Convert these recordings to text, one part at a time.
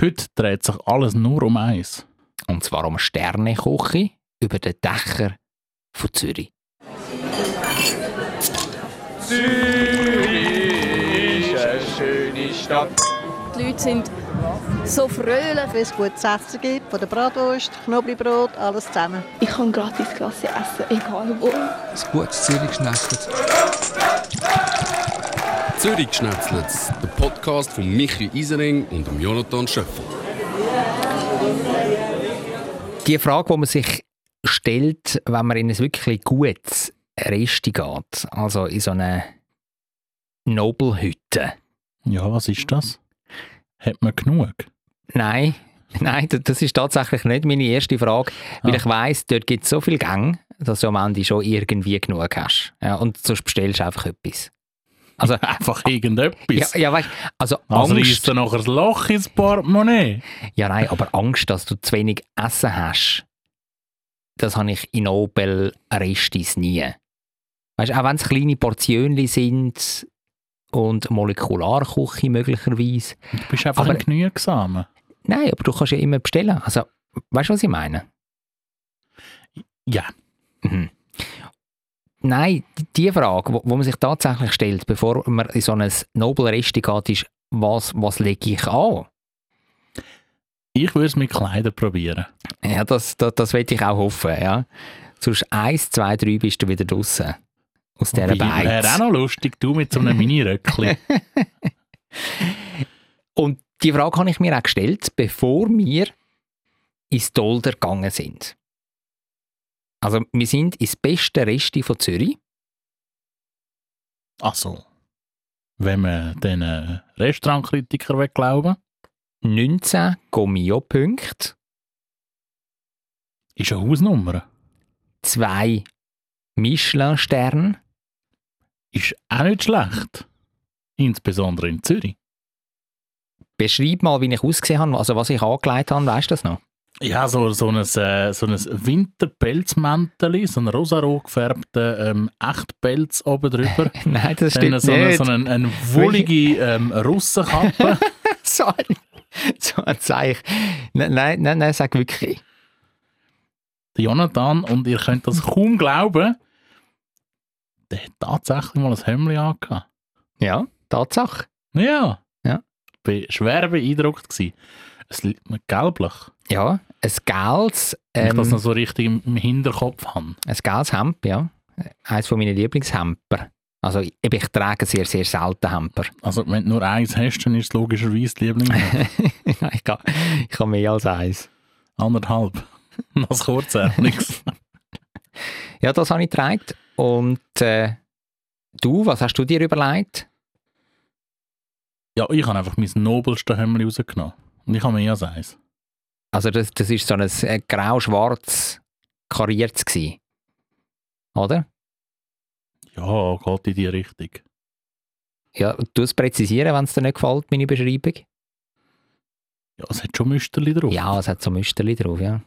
Heute dreht sich alles nur um eins. Und zwar um Sternekoche über den Dächer von Zürich. Zürich ist eine schöne Stadt. Die Leute sind so fröhlich. Wenn es gutes Essen gibt, von der Bratwurst, Knoblauchbrot, alles zusammen. Ich kann gratis Klasse essen, egal wo. Ein gutes Zürichschnetzlitz. Zürichschnetzlitz, der Podcast von Michi Isering und dem Jonathan Schöffel. Die Frage, die man sich stellt, wenn man in ein wirklich gutes Resti geht, also in so eine Nobelhütte. Ja, was ist das? Hat man genug? Nein, nein, d- das ist tatsächlich nicht meine erste Frage, weil Ah. ich weiss, dort gibt es so viele Gänge, dass du am Ende schon irgendwie genug hast. Ja, und sonst bestellst du einfach etwas. Also, Einfach irgendetwas. ja, ja weißt also Was Angst. reißt dir nachher das Loch ins Portemonnaie? Ja, nein, aber Angst, dass du zu wenig Essen hast, das habe ich in Nobel Restis nie. Weißt, auch wenn es kleine Portionen sind und Molekularküche möglicherweise. Du bist einfach Aber- ein Genügsamer. Nein, aber du kannst ja immer bestellen. Also, weißt du, was ich meine? Ja. Mhm. Nein, die- die Frage, wo, wo man sich tatsächlich stellt, bevor man in so ein Nobel-Resti geht, ist, was, was lege ich an? Ich würde es mit Kleidern probieren. Ja, das, das, das will ich auch hoffen, ja. Sonst eins, zwei, drei bist du wieder draußen aus dieser Wäre auch Beiz. noch lustig, du mit so einem Mini-Röckli. Und die Frage habe ich mir auch gestellt, bevor wir ins Dolder gegangen sind. Also wir sind ins beste Resti von Zürich. also, wenn man den äh, Restaurantkritiker will glauben 19 Gomio-Punkte, ist eine Hausnummer. zwei Michelin-Sterne, Ist auch nicht schlecht. Insbesondere in Zürich. Beschreib mal, wie ich ausgesehen habe, also was ich angelegt habe, weißt du das noch? Ja, so, so ein, äh, so ein Winterpelzmäntel, so ein rosarot gefärbter ähm, Echtpelz oben drüber. Nein, das Dann stimmt so eine, nicht. so eine, eine wohlige ähm, Russenkappe. so ein, so ein Zeichen. Nein, nein, nein, nein, sag wirklich. Der Jonathan, und ihr könnt das kaum glauben, der hat tatsächlich mal ein Hemdli angehabt. Ja, Tatsache. Ja. Ja. Bin schwer beeindruckt gewesen. Es liegt mir gelblich. Ja, ein gelbes, Wenn ich das noch ähm, so richtig im, im Hinterkopf habe. ein gelbes Hemd, ja. Eines meiner Lieblingshemper. Also ich, ich trage sehr, sehr selten Hemper. Also wenn du nur eins hast, dann ist es logischerweise die Liebling. Nein, ich, kann, ich kann mehr als eins. Anderthalb. äh, Das kurze nichts. Ja, das habe ich getragen. Und äh, du, was hast du dir überlegt? Ja, ich habe einfach mein nobelste Hemdli rausgenommen. Und ich habe mehr als eins. Also das, das ist so ein äh, grau-schwarz kariertes gsi, oder? Ja, geht in die Richtung. Ja, du es präzisieren, wenn es dir nicht gefällt, meine Beschreibung. Ja, es hat schon Müsterli drauf. Ja, es hat so Müsterli drauf, ja.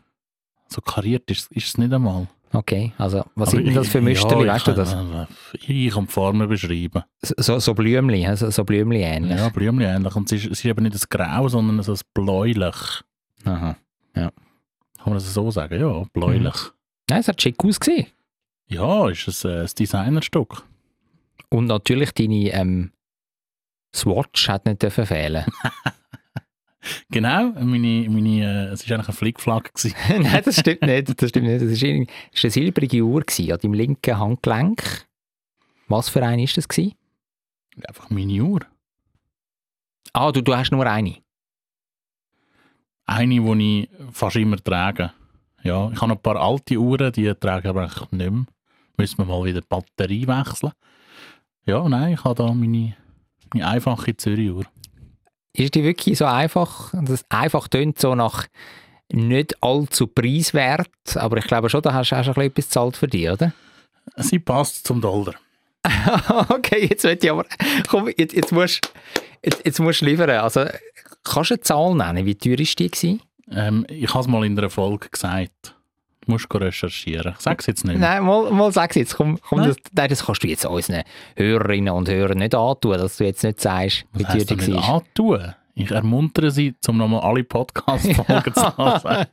So kariert ist, ist es nicht einmal. Okay, also was Aber sind denn das für ich- Müsterli, ja, weißt du ich das? kann- Ich kann die Formen beschreiben. So, so Blümli, hä? so, so Blümli ähnlich. Ja, blümli ähnlich. Und es ist, es ist eben nicht das Grau, sondern so ein bläulich. Aha. Kann man das so sagen? Ja, bläulich. Nein, es hat schick ausgesehen. Ja, ist es äh, ein Designerstück. Und natürlich deine ähm, Swatch hat nicht dürfen fehlen. Genau, meine, meine, äh, es war eigentlich ein Flickflack. gewesen. Nein, das stimmt nicht. Das stimmt nicht. Das ist, irgendwie- das ist eine silbrige Uhr gewesen, an deinem linken Handgelenk. Was für eine ist das gewesen? Einfach meine Uhr. Ah, du, du hast nur eine. Eine, die ich fast immer trage. Ja, ich habe noch ein paar alte Uhren, die trage ich aber eigentlich nicht mehr. Müssen wir mal wieder die Batterie wechseln. Ja, nein, ich habe da meine, meine einfache Zürich-Uhr. Ist die wirklich so einfach? Das einfach tönt so nach nicht allzu preiswert, aber ich glaube schon, da hast du auch schon ein bisschen etwas gezahlt für dich, oder? Sie passt zum Dollar. okay, jetzt will ich aber. Komm, jetzt, jetzt musst jetzt, jetzt musst du liefern. Also, kannst du eine Zahl nennen? Wie teuer ist die? Gewesen? Ähm, ich habe es mal in einer Folge gesagt. Du musst go recherchieren. Ich sage es jetzt nicht mehr. Nein, mal, mal sag's jetzt. Komm, komm Mhm. Nein. das, nein, das kannst du jetzt unseren Hörerinnen und Hörern nicht antun, dass du jetzt nicht sagst, wie Was teuer heisst denn die nicht war. antun? Ich ermuntere sie, um nochmal alle Podcast-Folgen zu hören.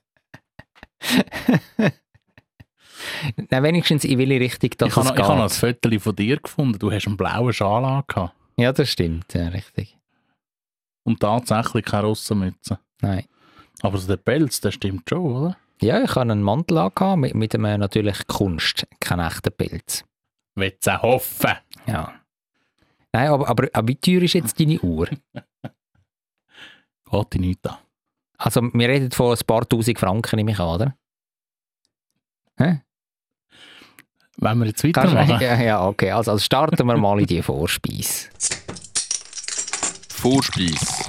Nein, wenigstens in welche Richtung das Ich habe noch, es ich habe noch ein geht. Foto von dir gefunden. Du hast einen blauen Schal angehabt. Ja, das stimmt, ja, richtig. Und tatsächlich keine Russenmütze. Nein. Aber so der Pelz, der stimmt schon, oder? Ja, ich habe einen Mantel angehabt, mit, mit einem natürlich Kunst, kein echter Pilz. Willst du auch hoffen? Ja. Nein, aber, aber, aber wie teuer ist jetzt deine Uhr? Geht dich nicht an. Also, wir reden von ein paar tausend Franken, nehme ich an, oder? Hä? Wenn wir jetzt Kannst weitermachen. du, ja, ja, okay. Also, also starten wir mal in die Vorspeise. Vorspeis.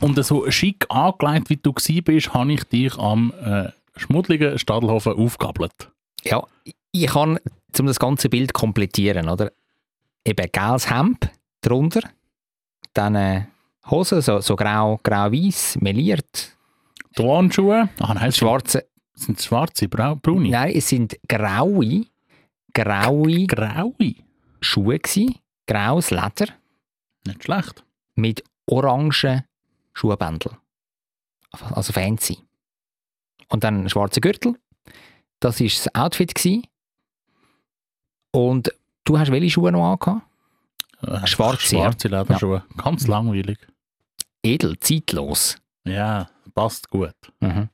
Und so schick angelegt, wie du gewesen bist, habe ich dich am äh, schmuddeligen Stadelhofen aufgabelt. Ja, ich kann, um das ganze Bild komplettieren, oder? Eben gelbes Hemd drunter, dann äh, Hosen, so, so grau, grau-weiß, meliert, Die Handschuhe, ah, nein, Schwar schwarze. sind es schwarze, brau, braune, Nein, es sind graue, graue graue. Schuhe gsi, graues Leder Nicht schlecht. mit orangen Schuhbändeln. Also fancy. Und dann ein schwarzer Gürtel. Das war das Outfit. gsi. Und du hast welche Schuhe noch angehabt? Äh, Schwarze, ja. Schwarze Lederschuhe. Ganz langweilig. Edel, zeitlos. Ja, passt gut. Mhm.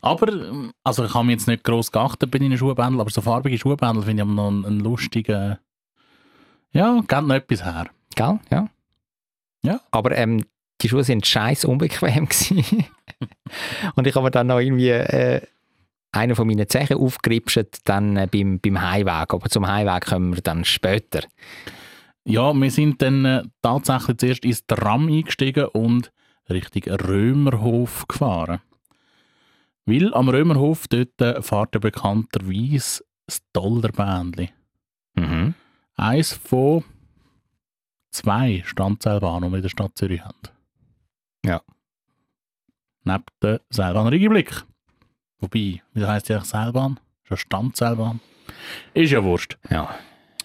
Aber, ähm, also ich habe mich jetzt nicht gross geachtet bei deinen Schuhbändeln, aber so farbige Schuhbändel finde ich immer noch einen, einen lustigen... Ja, geht noch etwas her. Gell? Ja. Ja. Aber ähm, die Schuhe sind scheiß unbequem gsi. Und ich habe mir dann noch irgendwie äh, einen von meinen Zehen aufgeripscht, dann äh, beim, beim Heimweg. Aber zum Heimweg kommen wir dann später. Ja, wir sind dann äh, tatsächlich zuerst ins Tram eingestiegen und Richtung Römerhof gefahren. Weil am Römerhof dort äh, fährt ja bekannterweise das Dollarbändli. Mhm. Eins von zwei Standseilbahnen, die wir in der Stadt Zürich haben. Ja. Neben der Seilbahn Riegelblick. Wobei, wie heisst die eigentlich Seilbahn? Ist ja Standseilbahn. Ist ja wurscht. Ja.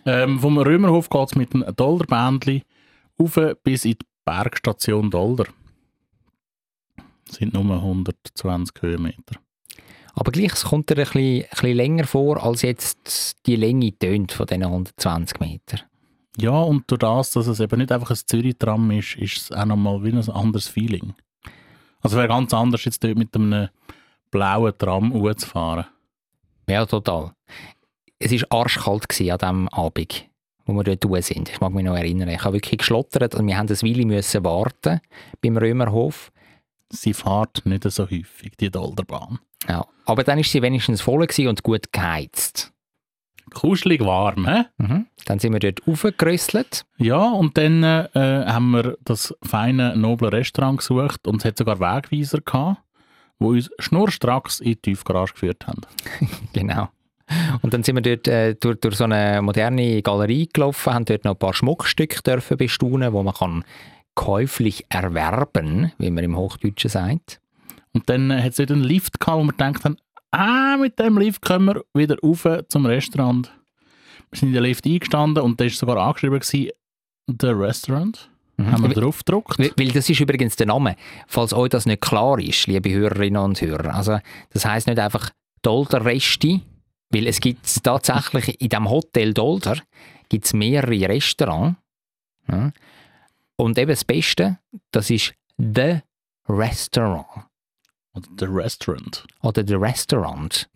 Ähm, vom Römerhof geht es mit dem Dolderbändli rauf bis in die Bergstation Dolder. Das sind nur 120 Höhenmeter. Aber gleich, es kommt dir ein bisschen, ein bisschen länger vor, als jetzt die Länge tönt von diesen 120 Metern. Ja, und durch das, dass es eben nicht einfach ein Zürich-Tram ist, ist es auch nochmal wie ein anderes Feeling. Also wäre ganz anders, jetzt dort mit einem blauen Tram zu fahren. Ja, total. Es war arschkalt gewesen an diesem Abend, wo wir dort draussen sind. Ich mag mich noch erinnern. Ich habe wirklich geschlottert und wir haben eine Weile müssen warten beim Römerhof. Sie fährt nicht so häufig, die Dolderbahn. Ja. Aber dann ist sie wenigstens voll gewesen und gut geheizt. Kuschelig warm, hä? Mhm. Dann sind wir dort aufgerüsselt. Ja, und dann äh, haben wir das feine, noble Restaurant gesucht und es hat sogar Wegweiser gehabt, wo uns schnurstracks in die Tiefgarage geführt haben. Genau. Und dann sind wir dort äh, durch, durch so eine moderne Galerie gelaufen, haben dort noch ein paar Schmuckstücke dürfen bestaunen, wo man kann käuflich erwerben, wie man im Hochdeutschen sagt. Und dann äh, hat es wieder einen Lift gehabt, wo wir gedacht haben, ah, mit dem Lift können wir wieder rauf zum Restaurant. Wir sind in den Lift eingestanden und da war sogar angeschrieben, gewesen, «The Restaurant». Mhm. Mhm. Haben wir drauf gedruckt. Weil weil das ist übrigens der Name, falls euch das nicht klar ist, liebe Hörerinnen und Hörer. Also das heißt nicht einfach Dolder Resti, weil es gibt tatsächlich in dem Hotel Dolder gibt's mehrere Restaurants. Ja. Und eben das Beste, das ist The Restaurant. Oder «The Restaurant». oder The Restaurant.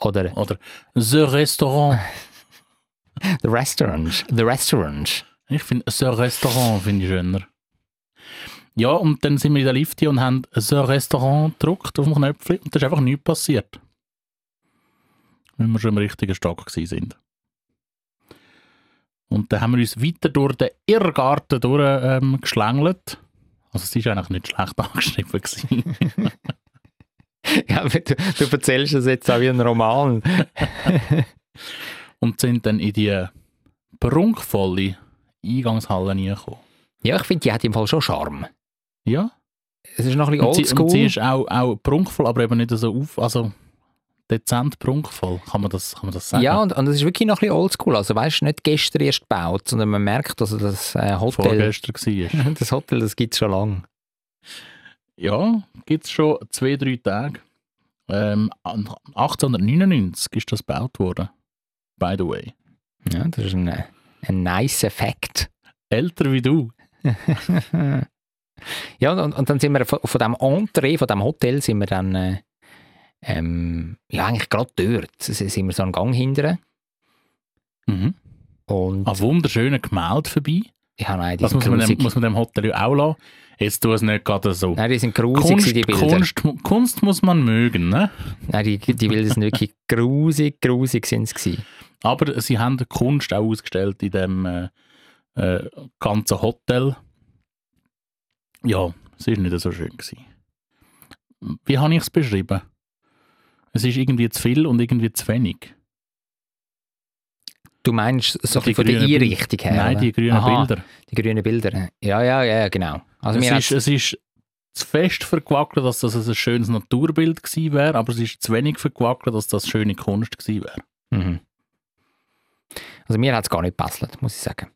Oder Oder «The Restaurant». The Restaurant. The Restaurant. Ich finde «The Restaurant» finde ich schöner. Ja, und dann sind wir in der Lift hier und haben «The Restaurant» gedruckt auf dem Knöpfchen und da ist einfach nichts passiert. Weil wir schon im richtigen Stock gewesen sind. Und dann haben wir uns weiter durch den Irrgarten durch, ähm, geschlängelt. Also es war eigentlich nicht schlecht angeschrieben. gewesen. Ja, aber du, du erzählst das jetzt auch wie ein Roman. und sind dann in die prunkvolle Eingangshalle reingekommen. Ja, ich finde, die hat im Fall schon Charme. Ja, Es ist noch ein bisschen Und sie, und sie oldschool. ist auch, auch prunkvoll, aber eben nicht so auf. Also, dezent prunkvoll. Kann man das, kann man das sagen? Ah, Ja, und, und das ist wirklich noch ein bisschen oldschool. Also weißt du, nicht gestern erst gebaut, sondern man merkt, also das äh, Hotel, Vorgestern war das Hotel, das gibt es schon lange. Ja, gibt es schon zwei, drei Tage. Ähm, 1899 ist das gebaut worden. By the way. Ja, das ist ein, ein nice Effekt. Älter wie du. ja, und, und dann sind wir von, von dem Entree, von dem Hotel, sind wir dann äh, ähm, ja, eigentlich gerade dort. Sind sind wir so einen Gang hinteren. Mhm. Und An wunderschönen Gemälde vorbei. ja, nein, die Das sind muss man, dem, grusig. muss man dem Hotel ja auch lassen. Jetzt tue es nicht gerade so. Nein, die sind grusig, Kunst, die Bilder. Kunst, mu- Kunst muss man mögen, ne? Nein, die, die Bilder sind wirklich grusig, grusig sind es gewesen. Aber sie haben die Kunst auch ausgestellt in dem äh, äh, ganzen Hotel. Ja, es war nicht so schön. Gewesen. Wie habe ich es beschrieben? Es ist irgendwie zu viel und irgendwie zu wenig. Du meinst so ein Die bisschen von der grünen Bil- Einrichtung her? Nein, oder? die grünen Aha, Bilder. Die grünen Bilder. Ja, ja, ja, genau. Also mir es, ist, hat's- es ist zu fest verquackelt, dass das ein schönes Naturbild gewesen wäre, aber es ist zu wenig verquackelt, dass das schöne Kunst gewesen wäre. Mhm. Also mir hat es gar nicht gepasselt, muss ich sagen.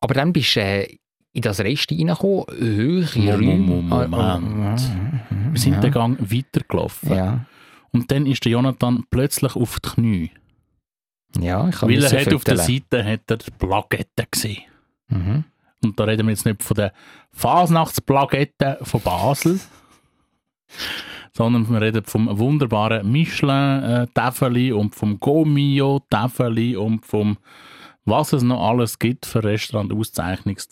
Aber dann bist du äh, in das Rest reingekommen, höhere Mo- Räume. mo- mo- Ah, ah, Moment. ah, ah, Wir sind ja. den Gang weitergelaufen. ja. Und dann ist der Jonathan plötzlich auf die Knie. ja, ich Weil er hat auf der Seite. Seite hat er die Plagette gesehen. Mhm. Und da reden wir jetzt nicht von der Fasnachtsplagette von Basel, sondern wir reden vom wunderbaren Michelin-Täfeli und vom Gomio-Täfeli und vom was es noch alles gibt für restaurant auszeichnungs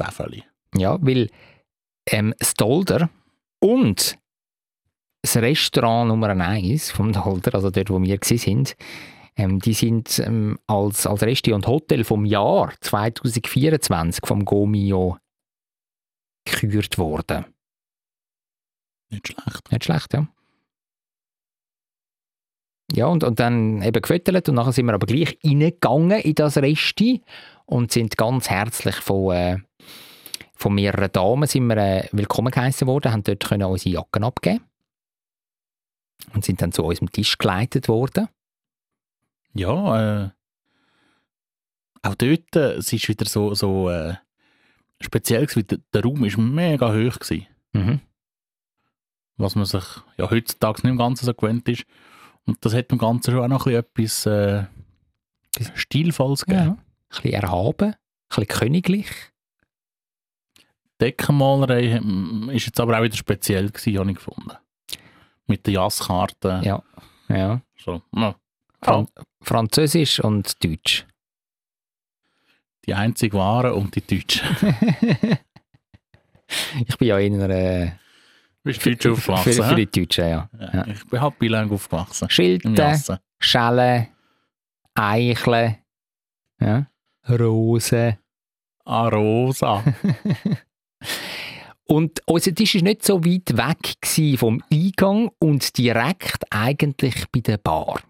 Ja, weil ähm, das Dolder und das Restaurant Nummer 1 vom Dolder, also dort, wo wir gewesen sind, ähm, die sind ähm, als, als Resti und Hotel vom Jahr 2024 vom Gomio gekürt worden. Nicht schlecht. Nicht schlecht, ja. Ja, und, und dann eben gefüttert und nachher sind wir aber gleich reingegangen in das Resti und sind ganz herzlich von, äh, von mehreren Damen sind wir, äh, willkommen geheißen worden, haben dort können unsere Jacken abgeben und sind dann zu unserem Tisch geleitet worden. Ja, äh, auch dort, äh, es ist wieder so, so äh, speziell, gewesen, weil der, der Raum ist mega hoch gewesen. was man sich ja heutzutage nicht im Ganzen so gewöhnt ist. Und das hat dem Ganzen schon auch noch ein bisschen etwas äh, Stilvolles Ja. gegeben. Ein bisschen erhaben, ein bisschen königlich. Deckenmalerei ähm, ist jetzt aber auch wieder speziell gewesen, habe ich gefunden. Mit den Jaskarten. Ja. Ja. So. Ja. Fran Französisch und Deutsch. Die einzig wahren und die Deutschen. Ich bin ja in einer... äh, Bist du deutsch aufgewachsen? Für, für hä? die Deutschen, ja. ja. Ich bin halt bilang aufgewachsen. Im Schilden, Jassen. Schellen, Eicheln, ja. Rosen. Ah, Rosa. Und unser Tisch war nicht so weit weg gewesen vom Eingang und direkt eigentlich bei der Bar.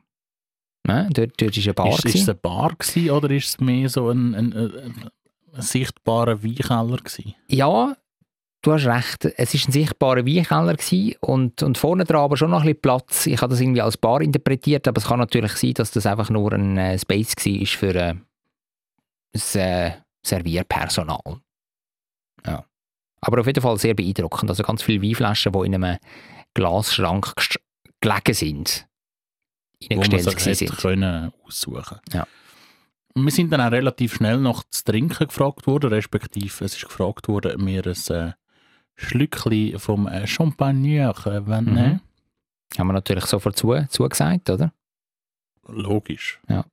Ne? Dort, dort ist eine Bar. ist, ist es gewesen. eine Bar gewesen, oder ist es mehr so ein, ein, ein, ein sichtbarer Weinkeller gewesen? ja, du hast recht. Es war ein sichtbarer Weinkeller gewesen und, und vorne dran aber schon noch ein bisschen Platz. Ich habe das irgendwie als Bar interpretiert, aber es kann natürlich sein, dass das einfach nur ein äh, Space war für äh, das äh, Servierpersonal. Ja. Aber auf jeden Fall sehr beeindruckend. Also ganz viele Weinflaschen, die in einem Glasschrank gest- gelegen sind. wo man Reingestellt sich gewesen hätte sind. können aussuchen Ja. Wir sind dann auch relativ schnell noch zu trinken gefragt worden, respektive es ist gefragt worden, mir ein äh, Schlückchen vom äh, Champagner äh, wollen Mhm. nehmen Haben wir natürlich sofort zu, zugesagt, oder? Logisch. Mhm. Ja.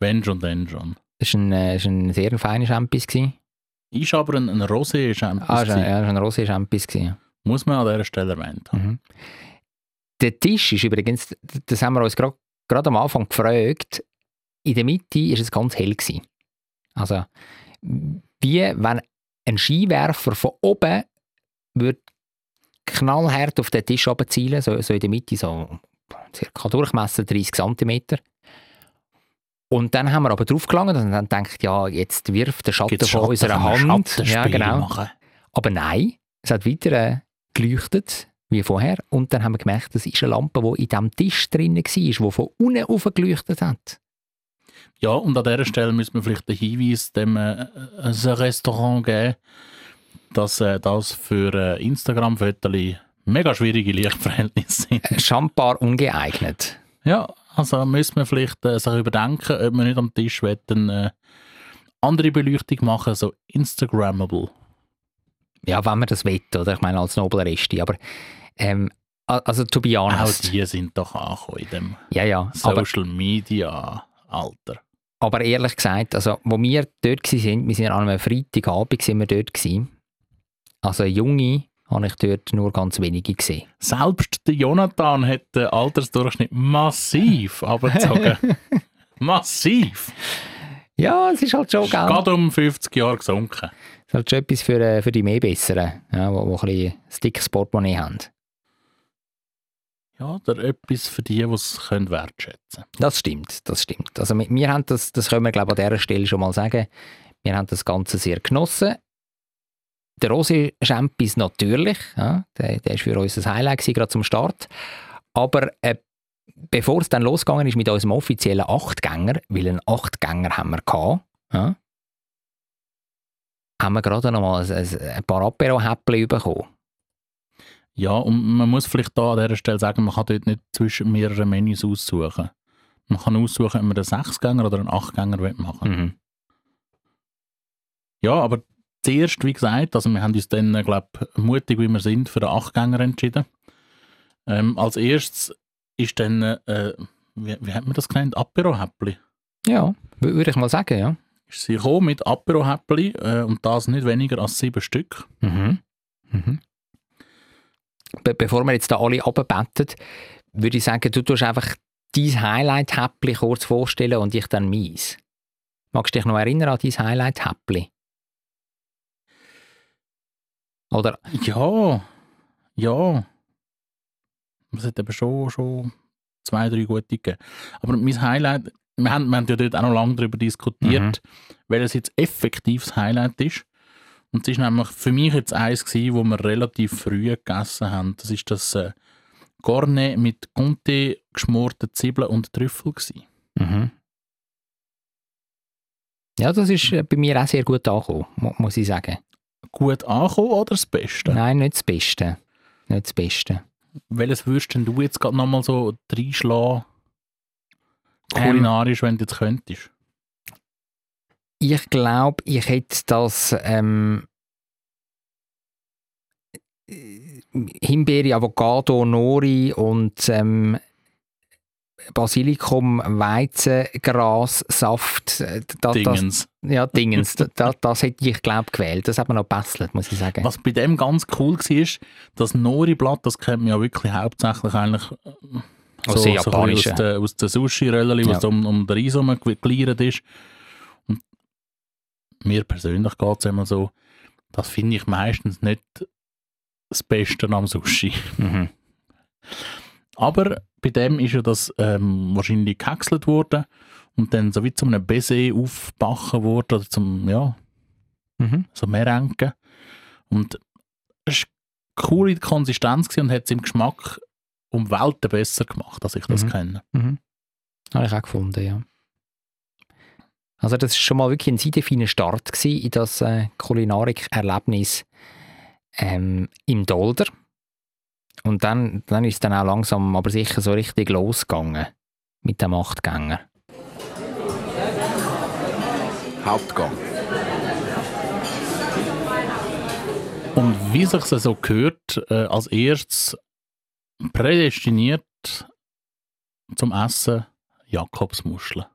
Wenn schon, dann schon. Das war ein, äh, ist ein sehr feiner Champis. gewesen. Ist aber ein, ein rosé Champis Ah, das war gewesen. ein, ja, das war ein rosé Champis. gewesen, ja. Muss man an dieser Stelle erwähnt haben. Mhm. Der Tisch ist übrigens, das haben wir uns gerade gerade am Anfang gefragt, in der Mitte ist es ganz hell gewesen. Also wie wenn ein Skiwerfer von oben würde knallhart auf den Tisch runterzielen, so, so in der Mitte, so circa Durchmesser 30 cm. Und dann haben wir aber drauf gelangt und haben gedacht, ja, jetzt wirft der Schatten Gibt's von Schatten- unserer kann man Hand. genau. Schattenspiele Ja, genau. Machen. Aber nein, es hat weiter äh, geleuchtet, wie vorher. Und dann haben wir gemerkt, das ist eine Lampe, die in diesem Tisch drin war, die von unten aufgeleuchtet hat. Ja, und an dieser Stelle müssen wir vielleicht den Hinweis dem äh, ein Restaurant geben, dass äh, das für äh, Instagram-Fotos mega schwierige Lichtverhältnisse sind. Schambar Äh, ungeeignet. Ja, also müssen wir vielleicht äh, sich überdenken, ob wir nicht am Tisch wollen, äh, andere Beleuchtung machen, so Instagrammable. Ja, wenn man das will, oder? Ich meine, als Nobelresti. Aber, ähm, a- also, to be Auch honest. die sind doch angekommen in dem Ja, ja. Aber, Social Media Alter. aber ehrlich gesagt, also, wo wir dort waren, wir sind an einem Freitagabend sind wir dort. Gewesen. Also, Junge habe ich dort nur ganz wenige gesehen. Selbst der Jonathan hat den Altersdurchschnitt massiv abgezogen. massiv. Ja, es ist halt schon, gell? Gerade um 50 Jahre gesunken. Es ist halt schon etwas für, äh, für die mehr Besseren, ja, die, die ein bisschen dickes Portemonnaie haben. Ja, oder etwas für die, die es können wertschätzen Das stimmt, das stimmt. Also wir, wir haben das, das können wir glaube ich an dieser Stelle schon mal sagen, wir haben das Ganze sehr genossen. Der Rosi Schempis natürlich, ja, der, der ist für uns ein Highlight gewesen, gerade zum Start. Aber äh, bevor es dann losgegangen ist mit unserem offiziellen Achtgänger, weil einen Achtgänger haben wir gehabt, ja, haben wir gerade noch mal ein, ein ein paar Apero-Häppchen bekommen. Ja, und man muss vielleicht da an dieser Stelle sagen, man kann dort nicht zwischen mehreren Menüs aussuchen. Man kann aussuchen, ob man einen Sechsgänger oder einen Achtgänger will machen will. Mhm. Ja, aber zuerst, wie gesagt, also wir haben uns dann, glaube mutig wie wir sind, für den Achtgänger entschieden. Ähm, als erstes ist dann, äh, wie, wie hat man das genannt? Apero-Häppli. Ja, wür- würde ich mal sagen, ja. Ist sie gekommen mit Apero-Häppli äh, und das nicht weniger als sieben Stück. Mhm. Mhm. Be bevor wir jetzt da alle runterbettet, würde ich sagen, du tust einfach dein Highlight-Häppli kurz vorstellen und ich dann meins. Magst du dich noch erinnern an dein Highlight-Häppli? Oder, Ja, ja. Es hat eben schon, schon zwei, drei gute gegeben. Aber mein Highlight, wir haben, wir haben ja dort auch noch lange darüber diskutiert, welches jetzt effektiv das Highlight ist. Und es war nämlich für mich jetzt eins, gewesen, wo wir relativ früh gegessen haben. Das ist das äh, Cornet mit Conte geschmorten Zwiebeln und Trüffel. Gewesen. mhm. ja, das ist äh, bei mir auch sehr gut angekommen, mu muss ich sagen. Gut angekommen oder das Beste? Nein, nicht das Beste. Nicht das Beste. Welches würdest denn du jetzt gerade nochmal so reinschlagen, kulinarisch, wenn du jetzt könntest? Ich glaube, ich hätte das ähm, äh, Himbeere, Avocado, Nori und ähm, Basilikum, Weizen, Gras, Saft. äh, Da, das, Dingens. ja, Dingens. da, da, das hätte ich, glaube gewählt. Das hat man noch gebastelt, muss ich sagen. Was bei dem ganz cool war, das Nori-Blatt, das kennt man ja wirklich hauptsächlich eigentlich äh, Aus der japanischen. aus den, aus den Sushi-Röllchen, Ja. was um, um den Reis herum gegliedert ist. Und mir persönlich geht es immer so, das finde ich meistens nicht das Beste am Sushi. Mhm. Aber bei dem ist ja das ähm, wahrscheinlich gehäckselt worden und dann so wie zu einem Baiser aufgebacken worden oder zum, ja, Mhm. so Merenken. Und es war cool in der Konsistenz gewesen und hat es im Geschmack um Welten besser gemacht, als ich das Mhm. kenne. Mhm. Habe ich auch gefunden, ja. Also das war schon mal wirklich ein sehr feiner Start gewesen in das äh, Kulinarik-Erlebnis ähm, im Dolder. Und dann, dann ist es dann auch langsam, aber sicher so richtig losgegangen mit dem Achtgänger. Hauptgang. Und wie sich so gehört, äh, als erstes prädestiniert zum Essen Jakobsmuscheln.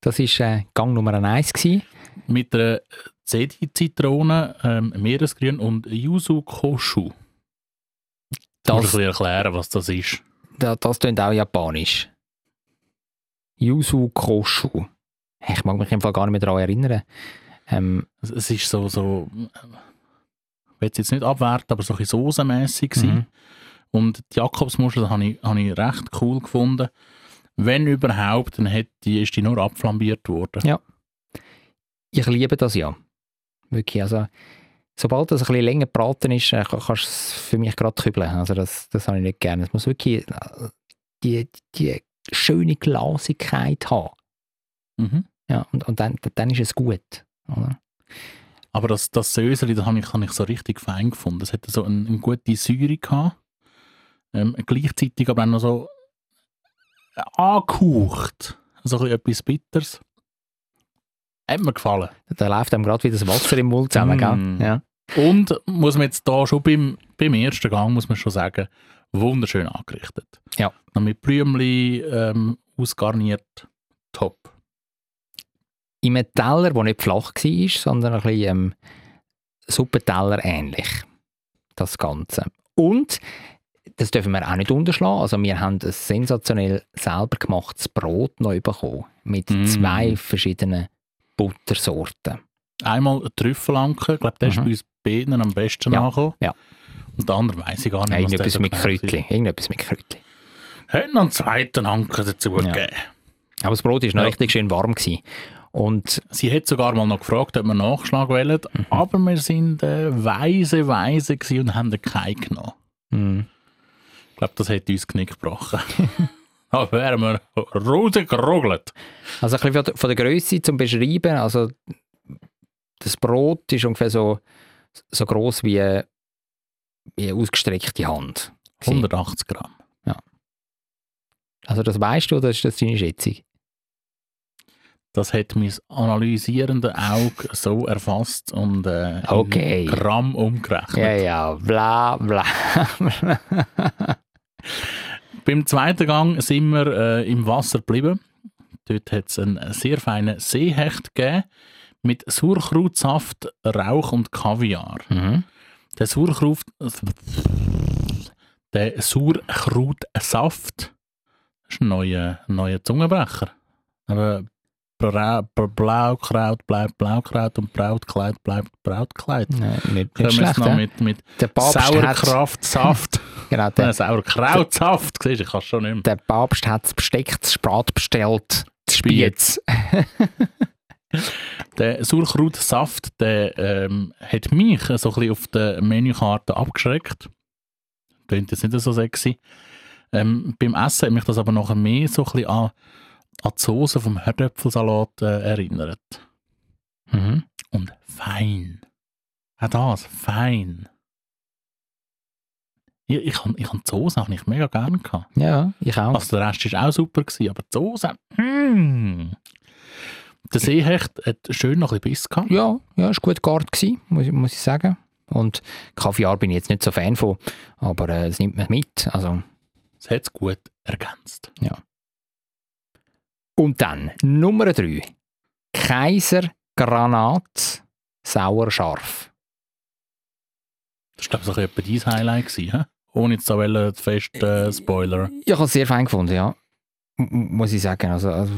Das war äh, Gang Nummer 1. Gewesen. Mit einer Zedi-Zitrone, ähm, Meeresgrün und Yuzu Koshu. Das muss ich Das, ein bisschen erklären, was das ist. das, das klingt auch japanisch. Yuzu Koshu. Ich mag mich im Fall gar nicht mehr daran erinnern. Ähm, Es- Also, Es ist so, so ich will es jetzt nicht abwerten, aber so ein bisschen soßenmässig gewesen. Mhm. Und die Jakobsmuschel habe ich, habe ich recht cool gefunden. Wenn überhaupt, dann hat die, ist die nur abflambiert worden. ich liebe das ja. Wirklich, also sobald das ein bisschen länger braten ist, äh, ka- kannst du es für mich gerade kübeln. Also das, das habe ich nicht gerne. Es muss wirklich äh, die, die schöne Glasigkeit haben. Mhm. Ja, und, und dann, dann ist es gut. Oder? Aber das, das Söseli, das habe ich, habe ich so richtig fein gefunden. Es hatte so eine, eine gute Säure gehabt. Ähm, gleichzeitig aber auch noch so äh, angehaucht. So ein bisschen etwas Bitters. Hat mir gefallen. Da läuft einem gerade wieder das Wasser im Mund zusammen. Mm. Gell? Ja. Und muss man jetzt da schon beim, beim ersten Gang, muss man schon sagen, wunderschön angerichtet. Ja. Noch mit Blümchen ähm, ausgarniert. Top. In einem Teller, der nicht flach war, sondern ein bisschen ähm, Suppenteller ähnlich. Das Ganze. Und, das dürfen wir auch nicht unterschlagen, also wir haben ein sensationell selber gemachtes Brot neu bekommen. Mit Mm. zwei verschiedenen Buttersorten. Einmal eine Trüffelanke, ich glaube, der ist Mhm. bei uns beiden am besten Ja, angekommen. ja. Und der andere weiß ich gar nicht. was der Irgendetwas so mit genau Kräutli. Irgendetwas mit Kräutli. war. Hätte noch einen zweiten Anker dazu Ja. gegeben. Aber das Brot war noch Ja. richtig schön warm. Gewesen. Und Sie hat sogar mal noch gefragt, ob wir Nachschlag wollen, Mhm. aber wir sind äh, weise, weise gewesen und haben keinen genommen. mm, Ich glaube, das hätte uns Knick gebrochen. da wären wir rausgerugelt. Also ein bisschen von der- von der Größe zum Beschreiben, also das Brot ist ungefähr so, so groß wie, eine- wie eine ausgestreckte Hand. gewesen. 180 Gramm. Also das weißt du, das ist das ist deine Schätzung. Das hat mein analysierende Auge so erfasst und äh, in Okay. Gramm umgerechnet. Ja, ja, bla bla. bla. Beim zweiten Gang sind wir äh, im Wasser geblieben. Dort hat es einen sehr feinen Seehecht gegeben mit Sauerkrautsaft, Rauch und Kaviar. mhm. Der Sauerkraut... Der Sauerkrautsaft ist ein neuer, neuer Zungenbrecher. Aber Bra Bra- Blaukraut bleibt Blaukraut und Brautkleid bleibt Brautkleid. Nein, Können nicht, nicht wir jetzt schlecht, noch ja? mit, mit Der Papst hat Sauerkrautsaft... genau, Nein, der, Sauerkrautsaft, siehst du, ich kann es schon nicht mehr. der Papst hat das Besteck, das Sprat bestellt. Das Spiez. Der Sauerkrautsaft der, ähm, hat mich so ein bisschen auf der Menükarte abgeschreckt. Klingt jetzt nicht so sexy. Ähm, beim Essen hat mich das aber noch mehr so ein bisschen an, an die Soße vom Herdöpfelsalat äh, erinnert. Mhm. Und fein. Auch das, fein. Ich, ich, han- ich han die Soße auch nicht mega gern gehabt. Ja, ich auch. Also der Rest war auch super, gewesen, aber die Soße, mm. Der Seehecht hat schön noch ein bisschen Biss gehabt. Ja, ja, ist gut gegart gewesen, muss, ich- muss ich sagen. Und Kaviar bin ich jetzt nicht so Fan von, aber äh, es nimmt man mit. Also. Es hat es gut ergänzt. Und dann, Nummer drei Kaiser Granat sauerscharf. Das war, glaube ich, so ein bisschen etwa dein Highlight. Gewesen, hä? Ohne jetzt da wollen, zu fest äh, Spoiler. Ich habe es sehr fein gefunden, ja. M- m- Muss ich sagen. Also, also,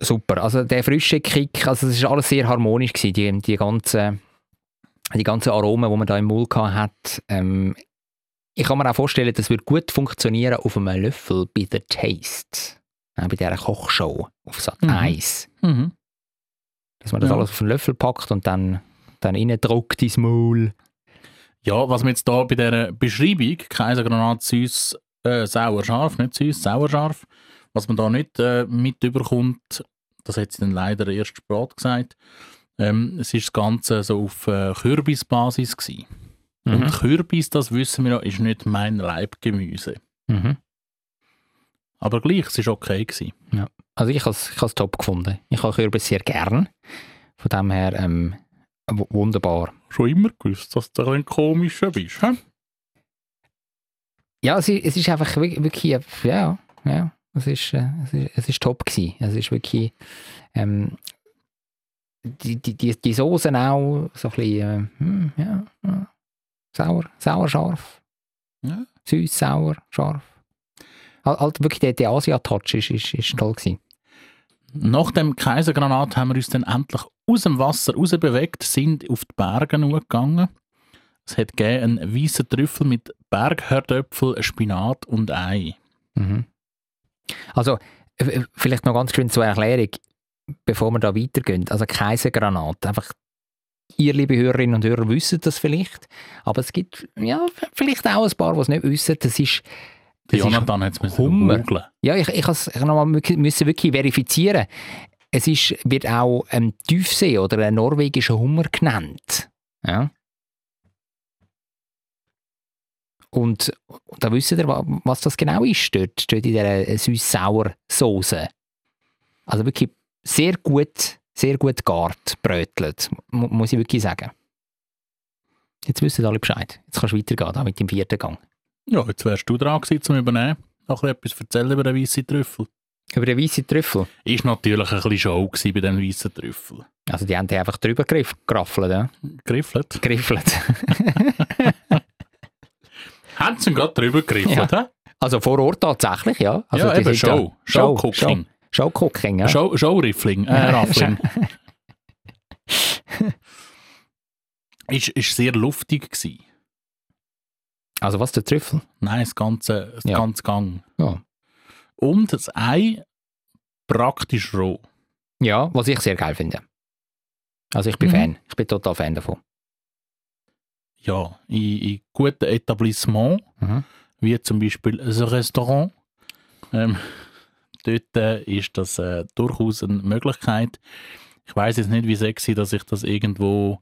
super. Also der frische Kick, also es war alles sehr harmonisch, gewesen, die, die ganzen die ganzen Aromen, die man da im Mund gehabt hat. Ähm, ich kann mir auch vorstellen, das würde gut funktionieren auf einem Löffel bei der Taste. Ja, bei dieser Kochshow auf Sat Mhm. 1. Mhm. Dass man das Ja. alles auf einen Löffel packt und dann, dann reindruckt ins Maul. Ja, was man jetzt hier bei dieser Beschreibung, Kaisergranat süß, äh, sauer, scharf, nicht süß, sauer, scharf, was man da nicht äh, mit überkommt, das hat sie dann leider erst spät gesagt, ähm, es ist das Ganze so auf äh, Kürbisbasis gewesen. Und Kürbis, das wissen wir ja, ist nicht mein Leibgemüse. Mhm. Aber gleich, es war okay. Gewesen. Also ich habe es ich has top gefunden. Ich habe Kürbis sehr gern. Von dem her ähm, w- wunderbar. Schon immer gewusst, dass du ein komischer bist. He? Ja, es ist, es ist einfach wi- wirklich, äh, ja, ja, es ist, äh, es ist, es ist top gewesen. Es ist wirklich, ähm, die, die, die, die Soßen auch so ein bisschen, äh, hm, ja, ja, sauer, sauer, scharf. Ja. Süß, sauer, scharf. Halt, halt wirklich der, der Asia-Touch ist, ist, ist toll gewesen. Nach dem Kaisergranat haben wir uns dann endlich aus dem Wasser rausbewegt, sind auf die Berge gegangen. Es hat gegeben einen weißen Trüffel mit Bergherdöpfel, Spinat und Ei. Mhm. Also, v- vielleicht noch ganz schön zur Erklärung, bevor wir da weitergehen. Also Kaisergranat, einfach Ihr, liebe Hörerinnen und Hörer, wisst das vielleicht. Aber es gibt ja, vielleicht auch ein paar, die es nicht wissen. Das ist, das ist Jonathan hat es Hummer. googeln. ja, ich, ich has- ich nochmal müssen wirklich verifizieren. Es ist, wird auch ein Tiefsee oder ein norwegischer Hummer genannt. Ja. Und da wisst ihr, wa- was das genau ist dort, dort in dieser süß-sauer Soße. Also wirklich sehr gut, sehr gut gart brötelt, mu- muss ich wirklich sagen. Jetzt wissen alle Bescheid. Jetzt kannst du weitergehen da mit dem vierten Gang. Ja, jetzt wärst du dran gewesen zum Übernehmen. Noch ein bisschen etwas erzählen über den weißen Trüffel. Über den weißen Trüffel. Ist natürlich ein bisschen Show gewesen bei dem weißen Trüffel. Also die haben die einfach drüber gerif- geraffelt, ja? Griffelt? Geriffelt. Haben sie ihn gerade drüber gegriffelt, hä? Also vor Ort tatsächlich, ja. Also ja, die eben, sind da- Show. Show-Cooking. Show, Showcooking, ja. Show, Showriffling, äh, Raffling. ist, ist sehr luftig gewesen. Also was, der Trüffel? Nein, das ganze, das Ja. ganze Gang. Ja. Und das Ei praktisch roh. Ja, was ich sehr geil finde. Also ich bin Mhm. Fan. Ich bin total Fan davon. Ja, in, in guten Etablissements, Mhm. wie zum Beispiel ein Restaurant. Ähm, dort äh, ist das äh, durchaus eine Möglichkeit. Ich weiß jetzt nicht, wie sexy, dass ich das irgendwo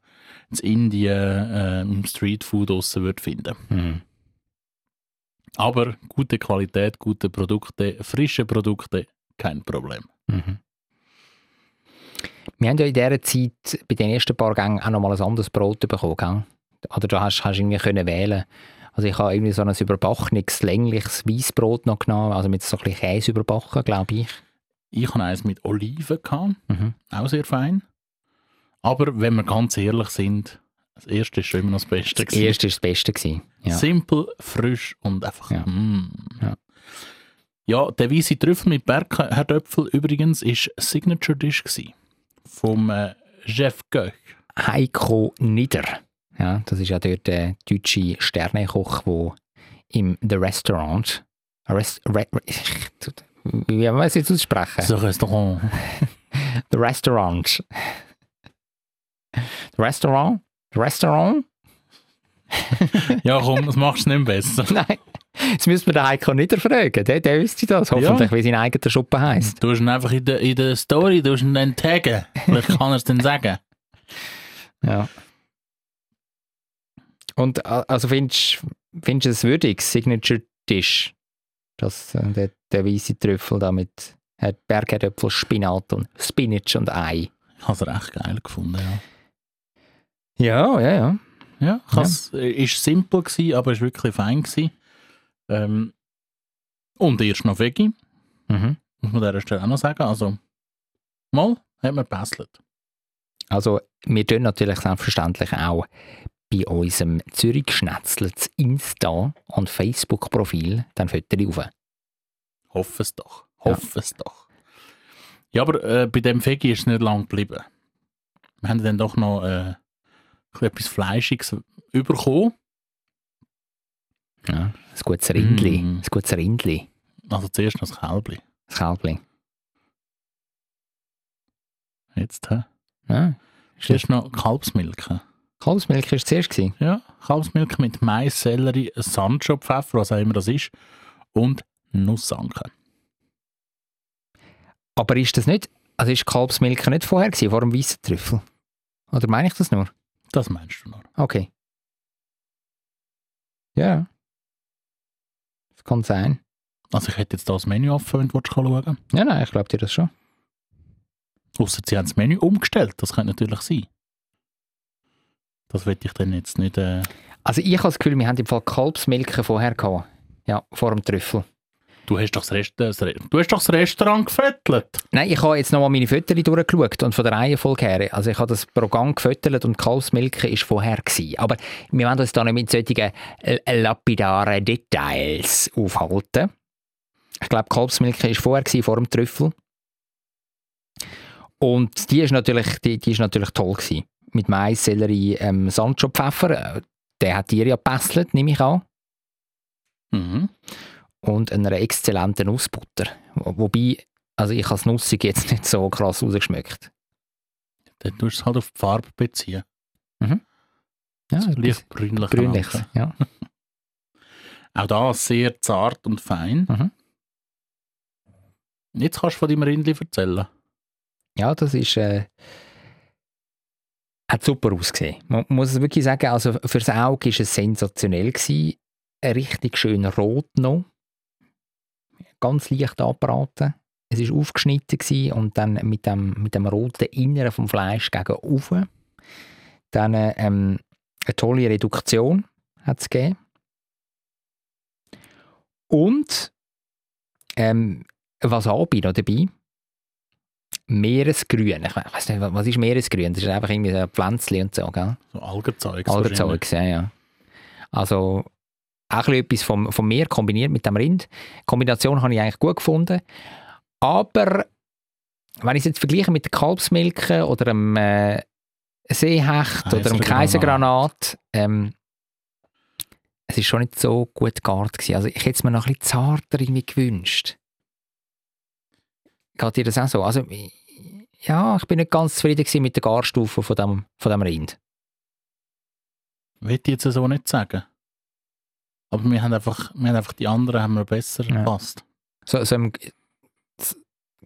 in Indien äh, im Streetfood draussen würde finden. Mhm. Aber gute Qualität, gute Produkte, frische Produkte, kein Problem. Mhm. Wir haben ja in dieser Zeit bei den ersten paar Gängen auch nochmal ein anderes Brot bekommen, gell? Oder du hast, hast irgendwie können wählen. Also ich habe irgendwie so ein überbackenes, längliches Weissbrot noch genommen, also mit so ein bisschen Käse überbacken, glaube ich. Ich habe eins mit Oliven, gehabt, Mhm. auch sehr fein. Aber wenn wir ganz ehrlich sind, das erste ist schon immer noch das Beste. Das gewesen. erste war das Beste. Gewesen. Ja. Simpel, frisch und einfach. Ja. mm. Ja. Ja, der weiße Trüffel mit Bergkartoffeln übrigens ist Signature Dish gewesen. vom äh, Chef Koch. Heiko Nieder. Ja, das ist ja dort der deutsche Sternekoch, der im The Restaurant. Rest, re, re, ich, wie wie man es jetzt aussprechen? Das Restaurant. The Restaurant. The Restaurant? The Restaurant? Ja, komm, das machst du nicht besser. Nein. Jetzt müssen wir den Heiko Nieder fragen. Der, der wüsste das. Hoffentlich, wie sein eigener Schuppen heisst. Du hast ihn einfach in der, in der Story, du hast ihn dann taggen. Vielleicht kann er es dann sagen. Ja. Und a- also findest findest du es würdig, Signature Dish? Das, äh, der, der weiße Trüffel da mit äh, Bergkartoffel, Spinat und Spinach und Ei. Ich habe es recht geil gefunden, ja. Ja, ja, ja. Ja, ich has- äh, ist simpel gewesen, aber ist wirklich fein gewesen. Ähm, und erst noch Veggie, Mhm. muss man an dieser Stelle auch noch sagen. Also, mal hat man gebasselt. Also wir tun natürlich selbstverständlich auch bei unserem Zürich Schnetzlets Insta und Facebook Profil dann Fotos rauf. Hoffe es doch. Hoffe es doch. Ja, aber äh, bei dem Veggie ist es nicht lang geblieben. Wir haben dann doch noch äh, ein bisschen etwas Fleischiges bekommen. Ja, ein gutes Rindli, Mhm. ein gutes Rindli, Also zuerst noch das Kälbli. ein Kälbli. Jetzt, hä? Ja. Zuerst noch Kalbsmilke. Kalbsmilch war zuerst. gewesen. Ja, Kalbsmilch mit Mais, Sellerie, Sancho, Pfeffer, was auch immer das ist, und Nussanken. Aber ist das nicht, also ist Kalbsmilch nicht vorher gewesen, vor dem weißen Trüffel? Oder meine ich das nur? Das meinst du noch? Okay. Ja. Das kann sein. Also ich hätte jetzt da das Menü offen, wenn du willst, schauen willst. Ja, nein, ich glaube dir das schon. Ausser sie haben das Menü umgestellt, das könnte natürlich sein. Das werde ich dann jetzt nicht... Äh, Also ich habe das Gefühl, wir haben im Fall Kalbsmilch vorher gehabt. Ja, vor dem Trüffel. du, hast doch das Rest, äh, das Re du hast doch das Restaurant gefettelt. Nein, ich habe jetzt nochmal meine Fötterchen durchgeschaut und von der Reihenfolge her. Also ich habe das Programm gefüttert und Kalbsmilke war vorher. Gewesen. Aber wir wollen uns da nicht mit solchen äh, lapidaren Details aufhalten. Ich glaube, Kalbsmilke war vorher, gewesen, vor dem Trüffel. Und die ist natürlich, die, die ist natürlich toll. Gewesen. Mit Mais, Sellerie, ähm, Sancho-Pfeffer. Äh, Der hat ihr ja gebastelt, nehme ich an Mhm. und einer exzellenten Nussbutter. Wo- Wobei, also ich habe das Nussig jetzt nicht so krass rausgeschmeckt. Dann tust du es halt auf die Farbe beziehen. Ja, So etwas leicht brünlich. Brünliches. Ja. Auch das sehr zart und fein. Mhm. Jetzt kannst du von deinem Rindli erzählen. ja, das ist. Äh, hat super ausgesehen. Man muss es wirklich sagen, also fürs Auge war es sensationell. Gewesen. Richtig schön rot noch. Ganz leicht anbraten. Es war aufgeschnitten gewesen und dann mit dem, mit dem roten Inneren vom Fleisch gegen oben. Dann äh, ähm, eine tolle Reduktion hat es gegeben. Und ähm, Wasabi noch dabei. Meeresgrün. Ich weiß nicht, wa- was ist Meeresgrün? Das ist einfach irgendwie so ein Pflänzchen und so, gell? So Algenzeug. Algenzeugs, ja, ja. Also auch ein bisschen etwas vom, vom Meer kombiniert mit dem Rind. Die Kombination habe ich eigentlich gut gefunden. Aber wenn ich es jetzt vergleiche mit der Kalbsmilke oder dem äh, Seehecht oder dem Kaisergranat. Kaisergranat, ähm, es ist schon nicht so gut gegart gewesen. Also ich hätte es mir noch ein bisschen zarter irgendwie gewünscht. Geht dir das auch so? Also ja, ich bin nicht ganz zufrieden gewesen mit der Garstufe von dem, von dem Rind. Will ich jetzt so nicht sagen. Aber wir haben einfach, wir haben einfach die anderen haben wir besser Ja. gepasst. so, so im G- s-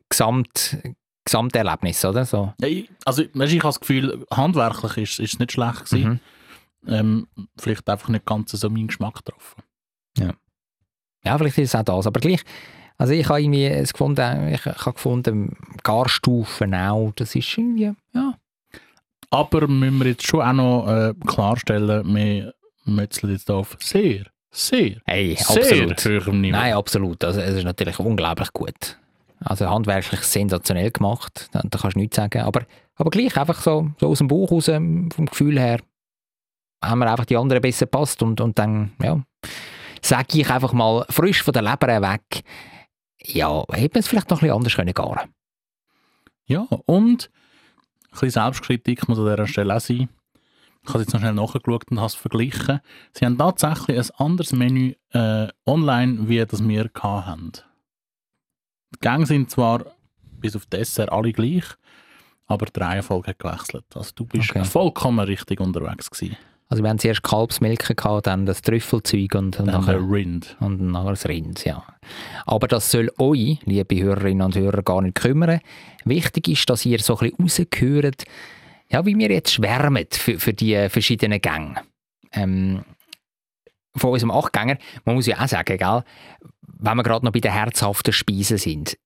Gesamt, Gesamterlebnis, oder? So. Ja, ich- Also, weißt, du, ich habe das Gefühl, handwerklich ist, ist es nicht schlecht gewesen. Mhm. Ähm, vielleicht einfach nicht ganz so meinen Geschmack getroffen. Ja, vielleicht ist es auch das, aber gleich. Also ich habe irgendwie es gefunden, ich habe gefunden, Garstufen auch, das ist irgendwie, ja. Aber müssen wir jetzt schon auch noch äh, klarstellen, wir mützeln jetzt auf sehr, sehr, Hey, sehr absolut. hohem Niveau. Nein, absolut. Also es ist natürlich unglaublich gut. Also handwerklich sensationell gemacht, da, da kannst du nichts sagen. Aber, aber gleich einfach so, so aus dem Bauch raus, ähm, vom Gefühl her, haben wir einfach die anderen besser gepasst und, und dann, ja, sage ich einfach mal frisch von der Leber weg, ja, hätte man es vielleicht noch ein bisschen anders können garen. Ja, und ein bisschen Selbstkritik muss an dieser Stelle auch sein. Ich habe es jetzt noch schnell nachgeschaut und habe es verglichen. Sie haben tatsächlich ein anderes Menü äh, online, wie das wir gehabt haben. Die Gänge sind zwar bis auf Dessert alle gleich, aber die Reihenfolge hat gewechselt. Also du bist Okay. vollkommen richtig unterwegs gewesen. Also wir haben zuerst Kalbsmilke gehabt, dann das Trüffelzeug und, und Dann nachher der Rind. Und nachher das Rind, ja. Aber das soll euch, liebe Hörerinnen und Hörer, gar nicht kümmern. Wichtig ist, dass ihr so ein bisschen rausgehört, ja, wie wir jetzt schwärmen für, für die verschiedenen Gänge. Ähm, von unserem Achtgänger, man muss ja auch sagen, gell, wenn wir gerade noch bei den herzhaften Speisen sind,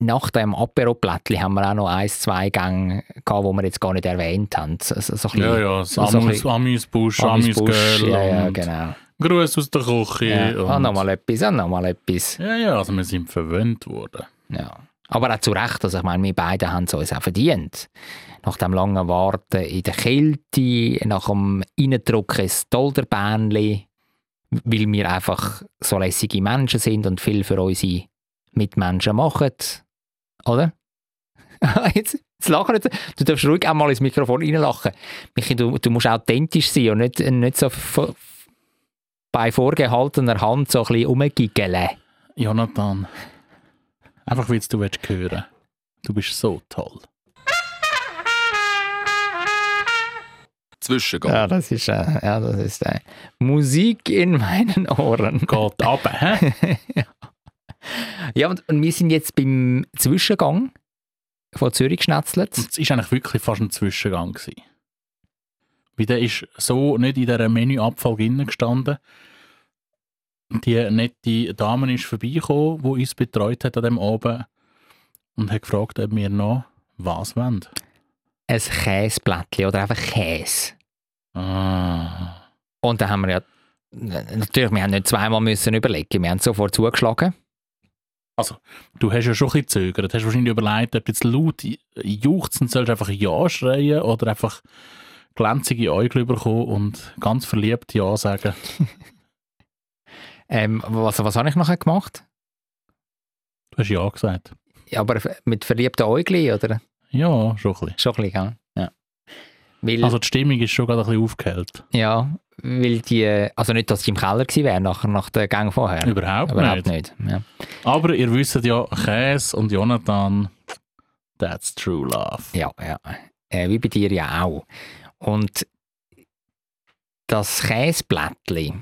nach dem Aperoplättchen haben wir auch noch ein, zwei Gänge gehabt, die wir jetzt gar nicht erwähnt haben. So, so, so ein Ja, bisschen ja, das Also ein Amüs- bisschen- Amüsbusch, Amüsbusch, Amüsgöl. ja, ja, und genau. Gruß aus der Küche. Ja, und- auch nochmal etwas, auch nochmal etwas. ah, ja, ja, also wir sind verwöhnt worden. Ja. Aber auch zu Recht, also ich meine, wir beide haben es uns auch verdient. Nach dem langen Warten in der Kälte, nach dem Innendrucken ins Dolderbähnli, weil wir einfach so lässige Menschen sind und viel für unsere Mitmenschen machen. Oder? jetzt, jetzt lachen jetzt. Du darfst ruhig auch mal ins Mikrofon reinlachen. Michi, du, du musst authentisch sein und nicht, nicht so v- bei vorgehaltener Hand so ein bisschen rumgiggeln. Jonathan, einfach weil du willst hören. Du bist so toll. Zwischengang. Ja, das ist, äh, ja, das ist äh, Musik in meinen Ohren. Geht ab, hä? Ja, und, und wir sind jetzt beim Zwischengang von Zürich Schnetzlitz. Es war eigentlich wirklich fast ein Zwischengang. Gewesen. Weil der ist so nicht in dieser Menüabfolge innen gestanden. Die nette Dame ist vorbeigekommen, die uns betreut hat an dem Abend und hat gefragt, ob wir noch was wollen. Ein Käseblättchen oder einfach Käse. Ah. Und da haben wir ja, natürlich, wir haben nicht zweimal müssen überlegen, wir haben sofort zugeschlagen. Du hast ja schon ein bisschen gezögert. Du hast wahrscheinlich überlegt, ob du jetzt laut juchzen sollst, einfach Ja schreien oder einfach glänzige Äugle bekommen und ganz verliebt Ja sagen. Ähm, was, was habe ich nachher gemacht? Du hast Ja gesagt. Ja, aber f- mit verliebten Äugeln, oder? Ja, schon ein bisschen. Schon ein bisschen, gell? ja. Weil, Also die Stimmung ist schon gerade ein bisschen aufgehellt. ja, weil die, also nicht, dass die im Keller gewesen wären, nach, nach der Gang vorher. Überhaupt, Überhaupt nicht. nicht. Ja. Aber ihr wisst ja, Käse und Jonathan, that's true love. Ja, ja. Äh, wie bei dir ja auch. Und das Käseblättli,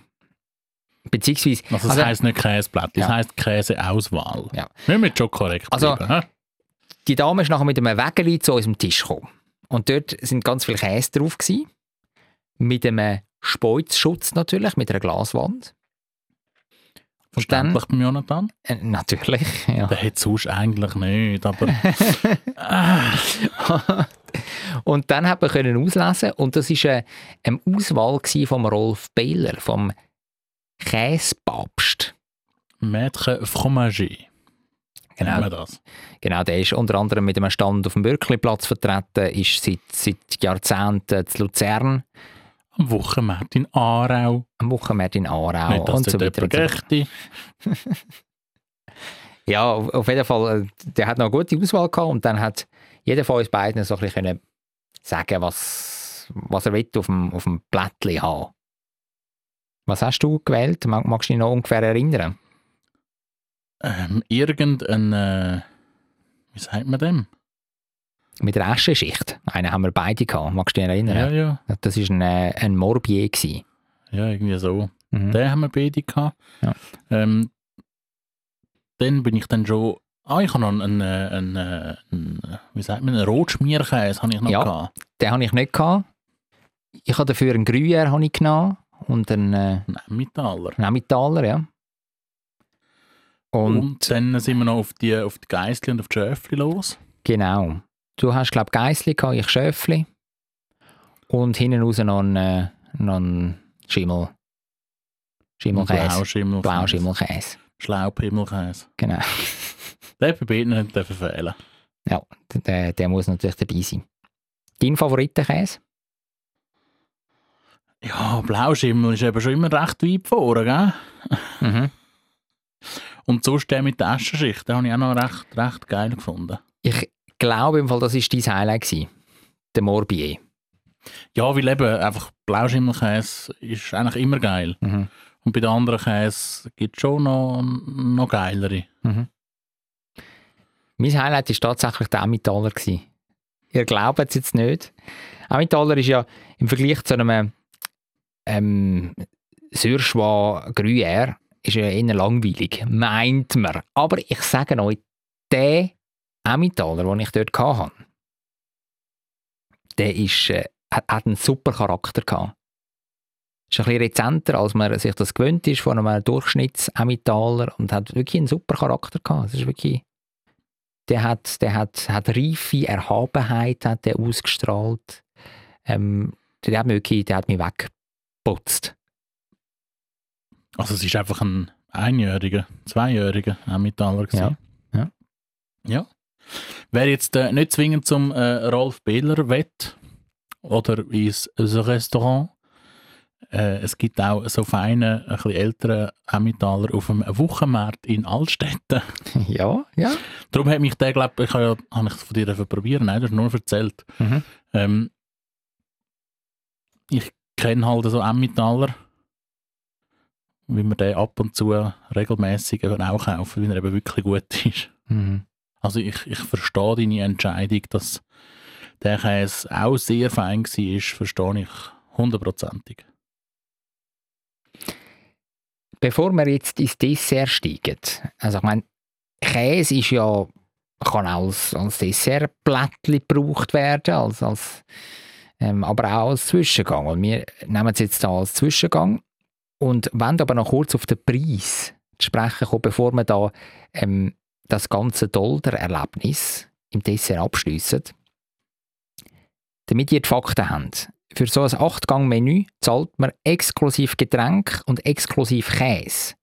beziehungsweise, Also, es Also- heisst nicht Käseblättli, es Ja. heisst Käseauswahl. Ja. Wir müssen schon korrekt Also- bleiben. hä? die Dame ist nachher mit einem Wägeli zu unserem Tisch gekommen. Und dort sind ganz viel Käse drauf gewesen. Mit einem Speuzschutz natürlich, mit einer Glaswand. Und dann, Verständlich beim Jonathan. äh, natürlich, ja. Der hat sonst eigentlich nicht, aber und dann hat man können auslesen und das ist eine, eine Auswahl gewesen vom Rolf Behler, vom Käsepapst. Maître Fromager. Genau. Genau, Wir das. genau, der ist unter anderem mit einem Stand auf dem Bürkliplatz vertreten, ist seit, seit Jahrzehnten zu Luzern, Am Wochenmarkt in Aarau. am Wochenmarkt in Aarau nicht, dass und so dort weiter. Und so. jemand so Ja, auf auf jeden Fall, äh, der hat noch eine gute Auswahl gehabt und dann hat jeder von uns beiden so ein bisschen können sagen, was, was er will auf dem, auf dem Blättchen haben. Was hast du gewählt? Mag, magst du dich noch ungefähr erinnern? ähm, Irgendein, äh, wie sagt man dem? Mit der Aschenschicht. Einen haben wir beide gehabt. Magst du dich Ja, erinnern? ja. Das war ein, äh, ein Morbier. Gewesen. Ja, irgendwie so. Mhm. Den haben wir beide gehabt. Ja. Ähm, dann bin ich dann schon. Ah, ich habe noch einen, äh, einen, äh, einen äh, wie sagt man, einen Rotschmierkäse habe ich noch Ja. gehabt. Den habe ich nicht gehabt. Ich habe dafür einen Gruyère habe ich genommen und einen äh, Einen Emmentaler. Emmentaler, ja. Und, Und dann sind wir noch auf die, auf die Geissli und auf die Schöfli los. Genau. Du hast, glaube ich, Geissli gehabt, ich Schöfli. Und hinten raus noch einen, äh, noch einen Schimmel. Schimmelkäse. Blauschimmelkäse. Blauschimmelkäse. Schlaupimmelkäse. Genau. Den bei beiden nicht dürfen fehlen. Ja, d- der, der muss natürlich dabei sein. Dein Favoritenkäse? Ja, Blauschimmel ist eben schon immer recht weit vorne, gell? Mhm. Und sonst der mit der Aschenschicht, den habe ich auch noch recht, recht geil gefunden. Ich glaube im Fall, das war dein Highlight. Gewesen. Der Morbier. Ja, weil eben einfach Blauschimmelkäse ist eigentlich immer geil. Mhm. Und bei den anderen Käse gibt es schon noch, noch geilere. Mein Highlight war tatsächlich der Emmentaler. gewesen. Ihr glaubt es jetzt nicht. Emmentaler ist ja im Vergleich zu einem ähm, Surschwa Gruyère ist ja eher langweilig, meint man. Aber ich sage euch, der Emmentaler, den ich dort hatte, der ist, äh, hat hat einen super Charakter gehabt. Ist ein bisschen rezenter, als man sich das gewöhnt ist von einem Durchschnitts-Emmentaler und hat wirklich einen super Charakter gehabt. Es ist wirklich der hat, der hat, hat reife Erhabenheit hat der ausgestrahlt. Ähm, der, hat mich wirklich, der hat mich weggeputzt. Also es ist einfach ein einjähriger, zweijähriger Emmentaler gewesen. Ja, Ja. Wer jetzt äh, nicht zwingend zum äh, Rolf Behler wett oder ins Restaurant, äh, es gibt auch so feine, ein bisschen ältere Emmentaler auf dem Wochenmarkt in Altstädten. ja, ja. Darum hat mich der, glaube ich, ich habe ja, habe ich es von dir probieren, nein, du hast nur erzählt. Mhm. Ähm, ich kenne halt so Emmentaler, wie man den ab und zu regelmäßig eben auch kaufen, weil er eben wirklich gut ist. Mhm. Also ich, ich verstehe deine Entscheidung, dass der Käse auch sehr fein war, verstehe ich hundertprozentig. Bevor wir jetzt ins Dessert steigen, also ich meine, Käse ist ja, kann auch als, als Dessertblättchen gebraucht werden, als, als, ähm, aber auch als Zwischengang. Und wir nehmen es jetzt hier als Zwischengang und wollen aber noch kurz auf den Preis zu sprechen kommen, bevor wir da ähm, das ganze Dolder-Erlebnis im Dessert abschliessen. Damit ihr die Fakten habt. Für so ein 8-Gang-Menü zahlt man exklusiv Getränk und exklusiv Käse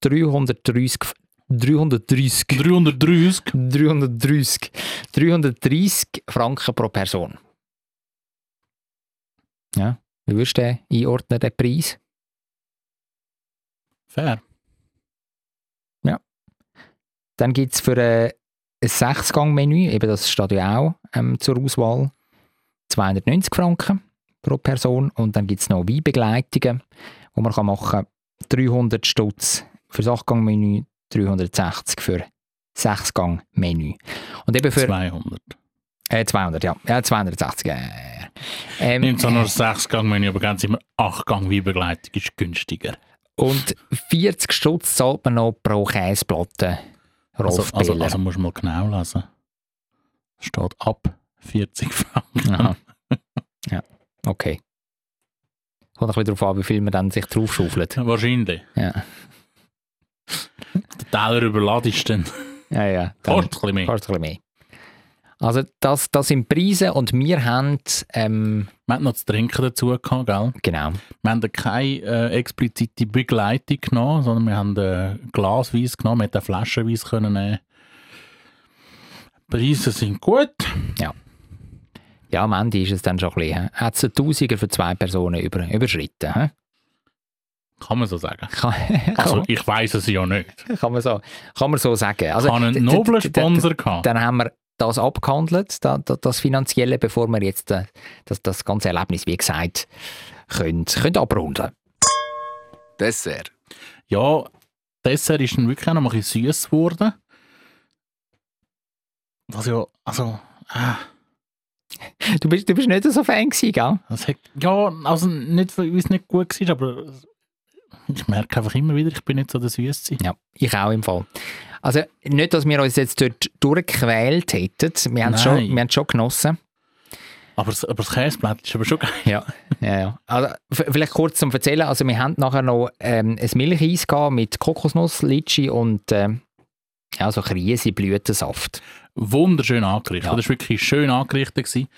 330, 330, 330? 330, 330 Franken pro Person. Ja, wie würdest du den einordnen, den Preis? Fair. Dann gibt es für äh, ein 6-Gang-Menü, eben das steht ja auch ähm, zur Auswahl, 290 Franken pro Person. Und dann gibt es noch Weinbegleitungen, die man kann machen kann. 300 Stutz für das 8-Gang-Menü, 360 für 6-Gang-Menü. Und eben für 200. Äh, 200, ja. Ja, 260. ja, ja, ja. Ähm, Nimmt so nur 6-Gang-Menü, aber ganz immer 8-Gang-Weinbegleitung ist günstiger. Und 40 Stutz zahlt man noch pro Käseplatte. Also, Rolf also, Biller. also musst du mal genau lesen. Es Steht ab 40 Franken. Aha. ja, okay. Kommt ein bisschen darauf an, wie viel man dann sich draufschaufelt. Wahrscheinlich. Ja, Der Teller überladest dann. ja, ja. Dann- Kostet ein bisschen mehr. Kostet ein bisschen mehr. Also das, das sind Preise und wir haben, ähm, Wir hatten noch zu trinken dazu, gehabt, gell? genau, Wir haben da keine äh, explizite Begleitung genommen, sondern wir haben äh, Glasweis genommen, wir hätten Flaschenweis können nehmen. Preise sind gut. ja, am Ende ist es dann schon ein bisschen, hat es einen Tausiger für zwei Personen über, überschritten. He? Kann man so sagen. Kann, Also, ich weiß es ja nicht. kann, kann, man so, kann man so sagen. Also, Ich habe einen d- d- noblen d- d- Sponsor gehabt. Dann haben wir das abgehandelt, da- da- das Finanzielle, bevor wir jetzt äh, das, das ganze Erlebnis, wie gesagt, können, können abrunden. Dessert. Ja, Dessert ist dann wirklich auch noch ein bisschen süß geworden. Was ja, also, ah, Du bist, du bist nicht so Fan gewesen, gell? das hat, ja, also nicht, weil es nicht gut war, aber ich merke einfach immer wieder, ich bin nicht so der Süße. Ja, ich auch im Fall. Also nicht, dass wir uns jetzt dort durchgequält hätten. Wir haben es schon, Nein. wir haben's schon genossen. Aber, das- aber das Käseblatt ist aber schon geil. Ja, ja, ja. Also, v- vielleicht kurz zum Erzählen. Also wir haben nachher noch ähm, ein Milcheis gehabt mit Kokosnuss, Litschi und ähm, ja, so riesen Blütensaft. Wunderschön angerichtet. Ja. Das war wirklich schön angerichtet. Gewesen.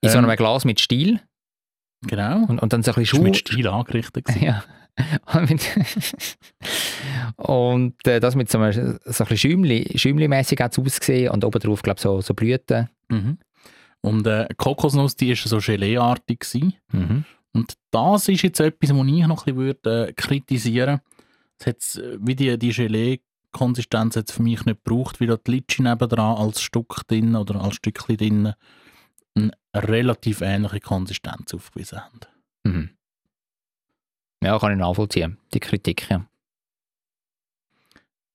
In so Ähm. einem Glas mit Stiel Genau. und, und dann so Das ein war bisschen mit Schuh. Stil angerichtet. Gewesen. Ja. Und mit- und äh, das mit so einem so ein bisschen Schäumli, Schäumli-mässig hat's ausgesehen und obendrauf, glaube ich, so, so Blüten. Mhm. Und äh, Kokosnuss, die war so Gelee-artig. gewesen. Mhm. Und das ist jetzt etwas, was ich noch ein bisschen würde, äh, kritisieren würde. Wie die, die Gelee-Konsistenz hat es für mich nicht gebraucht, weil da die Litschi nebendran als Stück drin oder als Stückchen drin eine relativ ähnliche Konsistenz aufgewiesen haben. Mhm. Ja, kann ich nachvollziehen, die Kritik. Ja.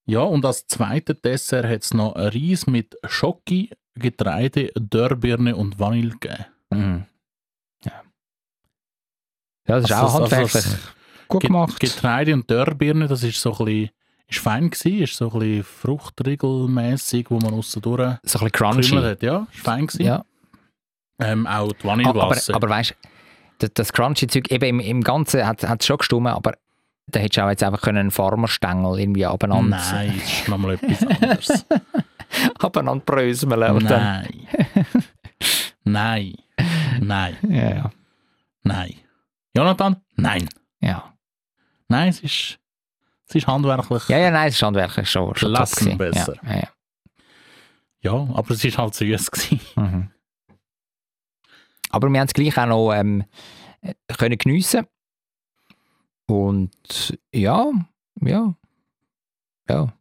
Ja, und als zweiter Dessert hat es noch Reis mit Schoki, Getreide, Dörrbirne und Vanille gegeben. Mhm. ja. ja, das ist Also auch das- also handwerklich gut Get- gemacht. Getreide und Dörrbirne, das ist so ein bisschen, ist fein gewesen, ist so ein bisschen fruchtriegelmässig, wo man aussen durch so ein bisschen gekümmert crunchy. hat. Ja, ist fein gewesen. Ja. Ähm, auch die Ah, Aber, Vanillewasser. aber weißt du, das, das crunchy-Zeug, eben im, im Ganzen hat es schon gestimmt, aber da hättest du auch jetzt einfach können einen Farmerstängel irgendwie abeinander, Nein, das ist nochmal etwas anderes. abeinander bröseln. und dann- Nein. Nein. Nein. Ja, ja. Nein. Jonathan? Nein. ja. Nein, es ist, es ist handwerklich. Ja, ja, nein, es ist handwerklich schon, schon top Klassen gewesen. besser. Ja, ja, Ja, aber es war halt süß. gewesen. ja. Mhm. Aber wir haben es gleich auch noch ähm, äh, können geniessen Und ja, ja, ja.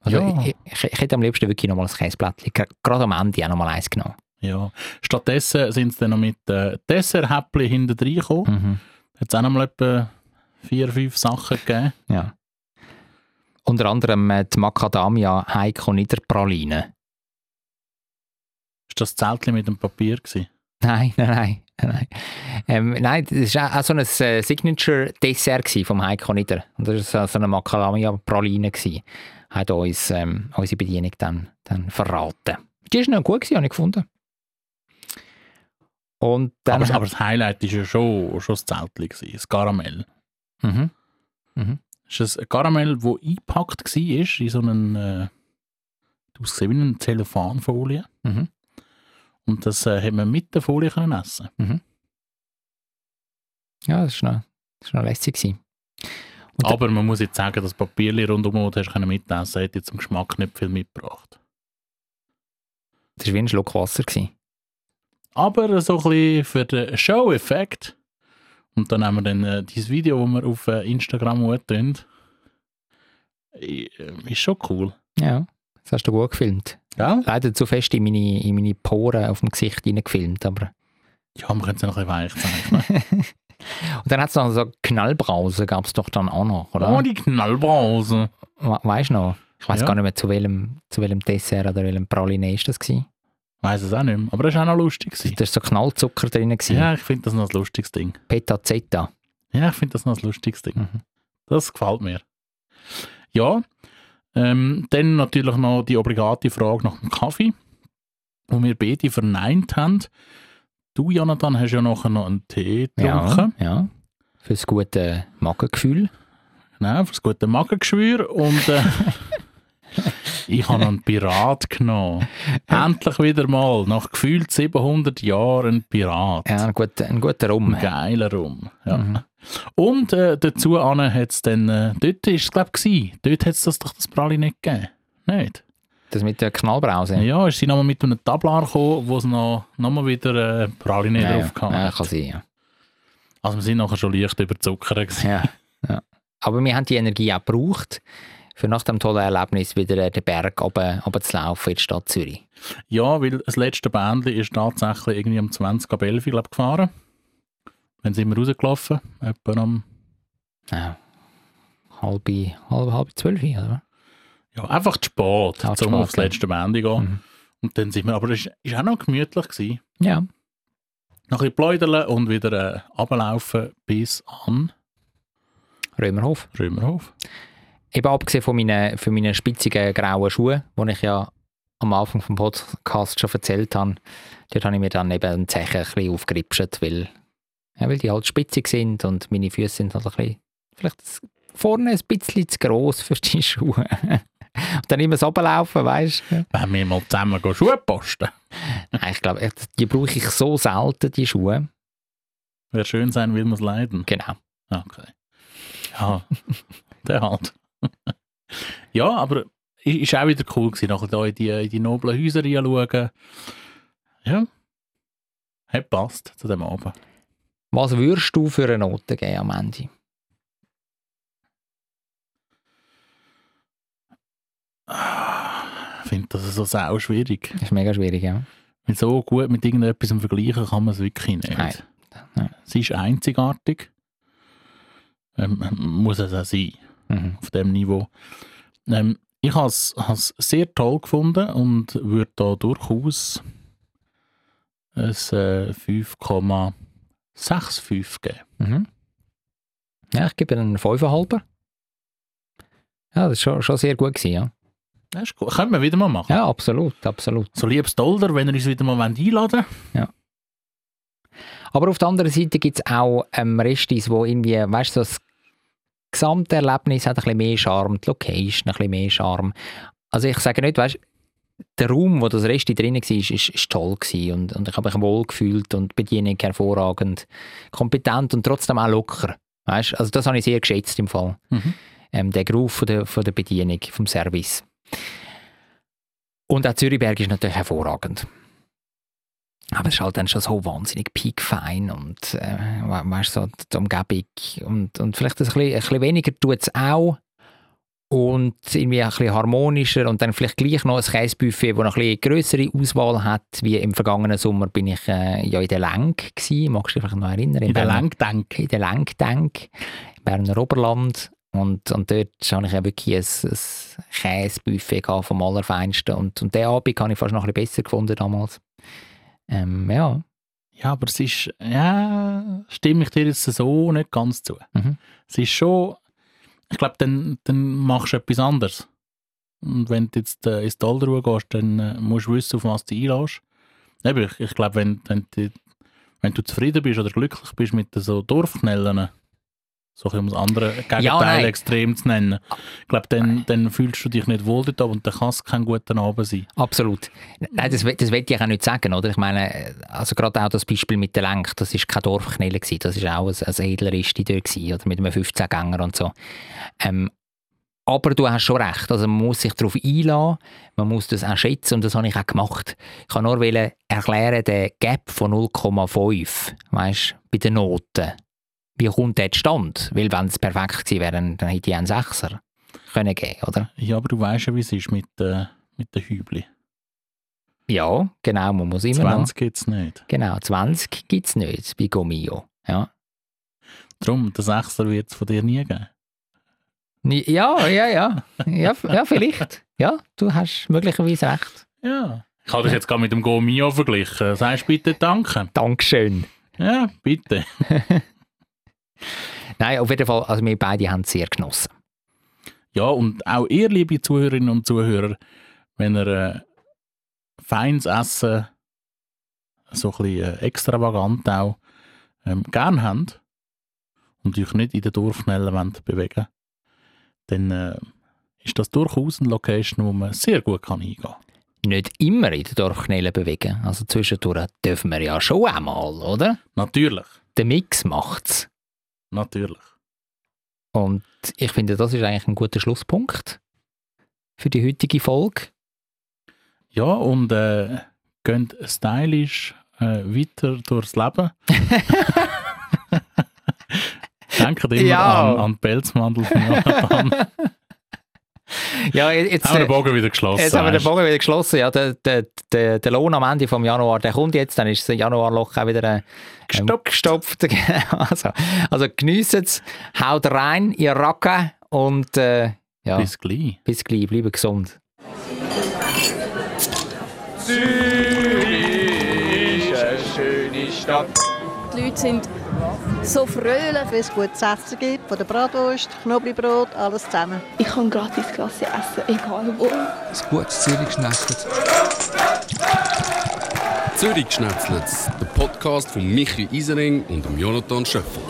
Also Ja. Ich, ich, ich hätte am liebsten wirklich nochmal ein Käseblättchen, gra- gerade am Ende auch nochmal eins genommen. Ja. Stattdessen sind sie dann noch mit äh, Desserthäppchen hinten reingekommen. Mhm. Hat es auch noch mal etwa vier, fünf Sachen gegeben. Ja. Unter anderem äh, die Macadamia Heiko Niederpraline. Ist das Zeltchen mit dem Papier gewesen? Nein, nein, nein. Nein, ähm, nein das war auch so ein äh, Signature-Dessert gewesen vom Heiko Nieder. Und das war so so eine Macadamia-Praline. gewesen. Hat uns ähm, unsere Bedienung dann, dann verraten. Die war noch gut, gewesen, habe ich gefunden. Und dann... Aber, aber das Highlight war ja schon, schon das Zeltchen, gewesen, das Karamell. mhm. ist ein Karamell, das eingepackt war in so einen, äh, ausgesehen wie eine Zellophanfolie. Mhm. Und das äh, hat man mit der Folie können essen. Ja, das war noch, das war noch lässig. Gewesen. Und- Aber man muss jetzt sagen, das Papier rundum, das hast du können mitessen, hat jetzt zum Geschmack nicht viel mitgebracht. Das war wie ein Schluck Wasser. Gewesen. Aber so ein bisschen für den Show-Effekt. Und dann haben wir dann äh, dieses Video, das wir auf äh, Instagram hochgeladen haben. Äh, Ist schon cool. Ja, das hast du gut gefilmt. Gell? Leider zu fest in meine, in meine Poren auf dem Gesicht hineingefilmt, aber... Ja, man könnte es noch ein bisschen weich zeichnen. Und dann hat es noch so Knallbrause, gab es doch dann auch noch, oh, oder? die Knallbrause. We weißt du noch? Ich weiß Ja. gar nicht mehr, zu welchem, zu welchem Dessert oder welchem Praline ist das gewesen. Weiss es auch nicht mehr. Aber das war auch noch lustig. Gewesen. Da war so Knallzucker drin. gewesen. Ja, ich finde das noch ein lustiges Ding. Peta Zeta. Ja, ich finde das noch ein lustiges Ding. Mhm. Das gefällt mir. Ja, ähm, dann natürlich noch die obligate Frage nach dem Kaffee, wo wir beide verneint haben. Du, Jonathan, hast ja nachher noch einen Tee getrunken. Ja, ja. Für das gute Magengefühl. Genau, fürs gute Magengeschwür. Und äh, ich habe einen Pirat genommen. Endlich wieder mal, nach gefühlt 700 Jahren, ein Pirat. Ja, Mhm. ein guter, ein guter Rum. Ein geiler Rum. Ja. Und äh, dazu hat es dann, äh, dort ist es glaube ich, dort hat es das doch das Pralli nicht gegeben. Nicht? Das mit der Knallbrause. Ja, ist sie nochmal mit einem Tablar gekommen, wo es noch, noch mal wieder äh, Pralli nicht ja, drauf ja. kam. ja, kann sein, ja. Also wir sind nachher schon leicht überzuckert. gewesen. Ja, ja. Aber wir haben die Energie auch gebraucht, für nach dem tollen Erlebnis wieder äh, den Berg runter, runter zu laufen in die Stadt Zürich. Ja, weil das letzte Bändchen ist tatsächlich irgendwie um 20 ab 11 Uhr, glaub, gefahren. Dann sind wir rausgelaufen, etwa am, Ja. Halbe, halbe, halbe zwölf, oder? ja, einfach zu spät, Ah, um zu spät, aufs ja. letzte Bändchen zu gehen. Mhm. Und dann sind wir, aber es war auch noch gemütlich. Gewesen. Ja. Noch ein bisschen pläudeln und wieder äh, runterlaufen bis an Römerhof. Römerhof. Eben abgesehen von meinen, von meinen spitzigen grauen Schuhen, die ich ja am Anfang vom Podcast schon erzählt habe, dort habe ich mir dann eben einen Zechen ein bisschen aufgeripscht, weil, ja, weil die halt spitzig sind und meine Füße sind halt ein bisschen, vielleicht z- vorne ein bisschen zu gross für die Schuhe. und dann immer so runterlaufen, weißt du? Wenn wir mal zusammen gehen, Schuhe posten, Nein, ich glaube, echt, die brauche ich so selten, die Schuhe. wäre schön sein, will man es leiden. Genau. Okay. Ja, der halt. ja, aber i- ist auch wieder cool gewesen, nachher da in die, in die noblen Häuser reinschauen. Ja. Hat passt zu dem Abend. Was würdest du für eine Note geben am Ende? Ich finde das so sau schwierig. Das ist mega schwierig, ja. Weil so gut mit irgendetwas im vergleichen kann man es wirklich nicht. Nein. Nein. Sie ist einzigartig. Ähm, muss es auch sein. Mhm. auf dem Niveau. Ähm, ich habe es sehr toll gefunden und würde da durchaus ein äh, 5,65 geben. Mhm. Ja, ich gebe einen 5,5. Ja, das ist schon, schon sehr gut gewesen, ja. Das ist gut. Können wir wieder mal machen. Ja, absolut, absolut. So liebes Dolder, wenn ihr uns wieder mal wollt einladen wollt. Aber auf der anderen Seite gibt es auch ähm, Restis, wo irgendwie, weißt du, das gesamte Erlebnis hat ein bisschen mehr Charme, die Location ein bisschen mehr Charme. Also ich sage nicht, weißt du, der Raum, wo das Resti drin war, ist, ist, ist toll gewesen und, und ich habe mich wohl gefühlt und die Bedienung hervorragend, kompetent und trotzdem auch locker. Weißt? du? Also das habe ich sehr geschätzt im Fall. Mhm. Ähm, der Groove von der, von der Bedienung, vom Service. Und auch Zürichberg ist natürlich hervorragend. Aber es ist halt dann schon so wahnsinnig piekfein und äh, we weißt, so die- die Umgebung und, und vielleicht ein bisschen, ein bisschen weniger tut es auch und irgendwie ein bisschen harmonischer und dann vielleicht gleich noch ein Käsebuffet, das noch ein bisschen größere Auswahl hat, wie im vergangenen Sommer bin ich äh, ja in der Lenk gsi, magst du dich vielleicht noch erinnern? In der Berner- Lenkdenk. in der Lenkdenk, im Berner Oberland. Und, und dort hatte ich ja wirklich ein, ein Käsebuffet gehabt vom Allerfeinsten. Und, und den Abend habe ich fast noch ein bisschen besser gefunden damals. Ähm, ja, Ja, aber es ist, ja, stimme ich dir jetzt so nicht ganz zu. Mhm. Es ist schon, ich glaube, dann, dann machst du etwas anderes. Und wenn du jetzt äh, ins Tal gehst, dann äh, musst du wissen, auf was du dich einlässt. Eben, ich, ich glaube, wenn, wenn, du- wenn du zufrieden bist oder glücklich bist mit den so Dorfknellen, so ein bisschen um das andere Gegenteil nein. extrem zu nennen, ich glaube, dann, dann fühlst du dich nicht wohl dort und dann kann es kein guter Abend sein. absolut. Nein, das, we- das will ich auch nicht sagen, oder? Ich meine, äh, also gerade auch das Beispiel mit der Lenk, das war kein Dorfknelle, gewesen, das war auch ein, ein edler Resti dort, gewesen, oder mit einem 15-Gänger und so. Ähm, aber du hast schon recht, also man muss sich darauf einlassen, man muss das auch schätzen und das habe ich auch gemacht. Ich kann nur wollen erklären, den Gap von 0,5, weißt bei den Noten. Wie kommt der stand? Weil wenn es perfekt gewesen wäre, dann dann hätte ich einen Sechser können geben, oder? Ja, aber du weißt ja, wie es ist mit, äh, mit den Hübli. Ja, genau, man muss immer noch. 20 gibt es nicht. Genau, 20 gibt es nicht bei Gomio. Ja. Drum, den Sechser wird es von dir nie geben. Ni- ja, ja, ja. Ja, f- ja vielleicht. Ja, du hast möglicherweise recht. Ja. Ich habe dich jetzt gerade mit dem Go Mio verglichen. Sagst du bitte Danke? Dankeschön. Ja, bitte. Nein, auf jeden Fall, also wir beide haben es sehr genossen. Ja, und auch ihr, liebe Zuhörerinnen und Zuhörer, wenn ihr äh, feines Essen, so ein bisschen äh, extravagant auch, ähm, gern habt und euch nicht in den Dorfnellen wollt bewegen dann äh, ist das durchaus eine Location, wo man sehr gut kann hingehen kann. Nicht immer in der Dorfknelle bewegen. Also zwischendurch dürfen wir ja schon einmal, oder? Natürlich, Der Mix macht's. natürlich. Und ich finde, das ist eigentlich ein guter Schlusspunkt für die heutige Folge. Ja, und äh, geht stylisch äh, weiter durchs Leben. Denkt immer Ja. an, an die Pelzmandel von Jonathan. Ja, jetzt, Jetzt haben wir den Bogen wieder geschlossen. jetzt haben wir den weisst. Bogen wieder geschlossen. Ja, der, der, der, der Lohn am Ende vom Januar, der kommt jetzt, dann ist das Januarloch auch wieder äh, Gestopft. gestopft. Genau. also, also geniessen es, haut rein, ihr Racken und äh, ja, bis, Bis gleich. gleich, bleibt gesund. Zürich ist eine schöne Stadt. Die Leute sind so fröhlich. Wenn es gutes Essen gibt, von der Bratwurst, Knoblauchbrot, alles zusammen. Ich kann gratis Klasse essen, egal wo. Ein gutes Zürich geschnetzelt. Zürich Schnetzlitz, der Podcast von Michi Isering und dem Jonathan Schöffel.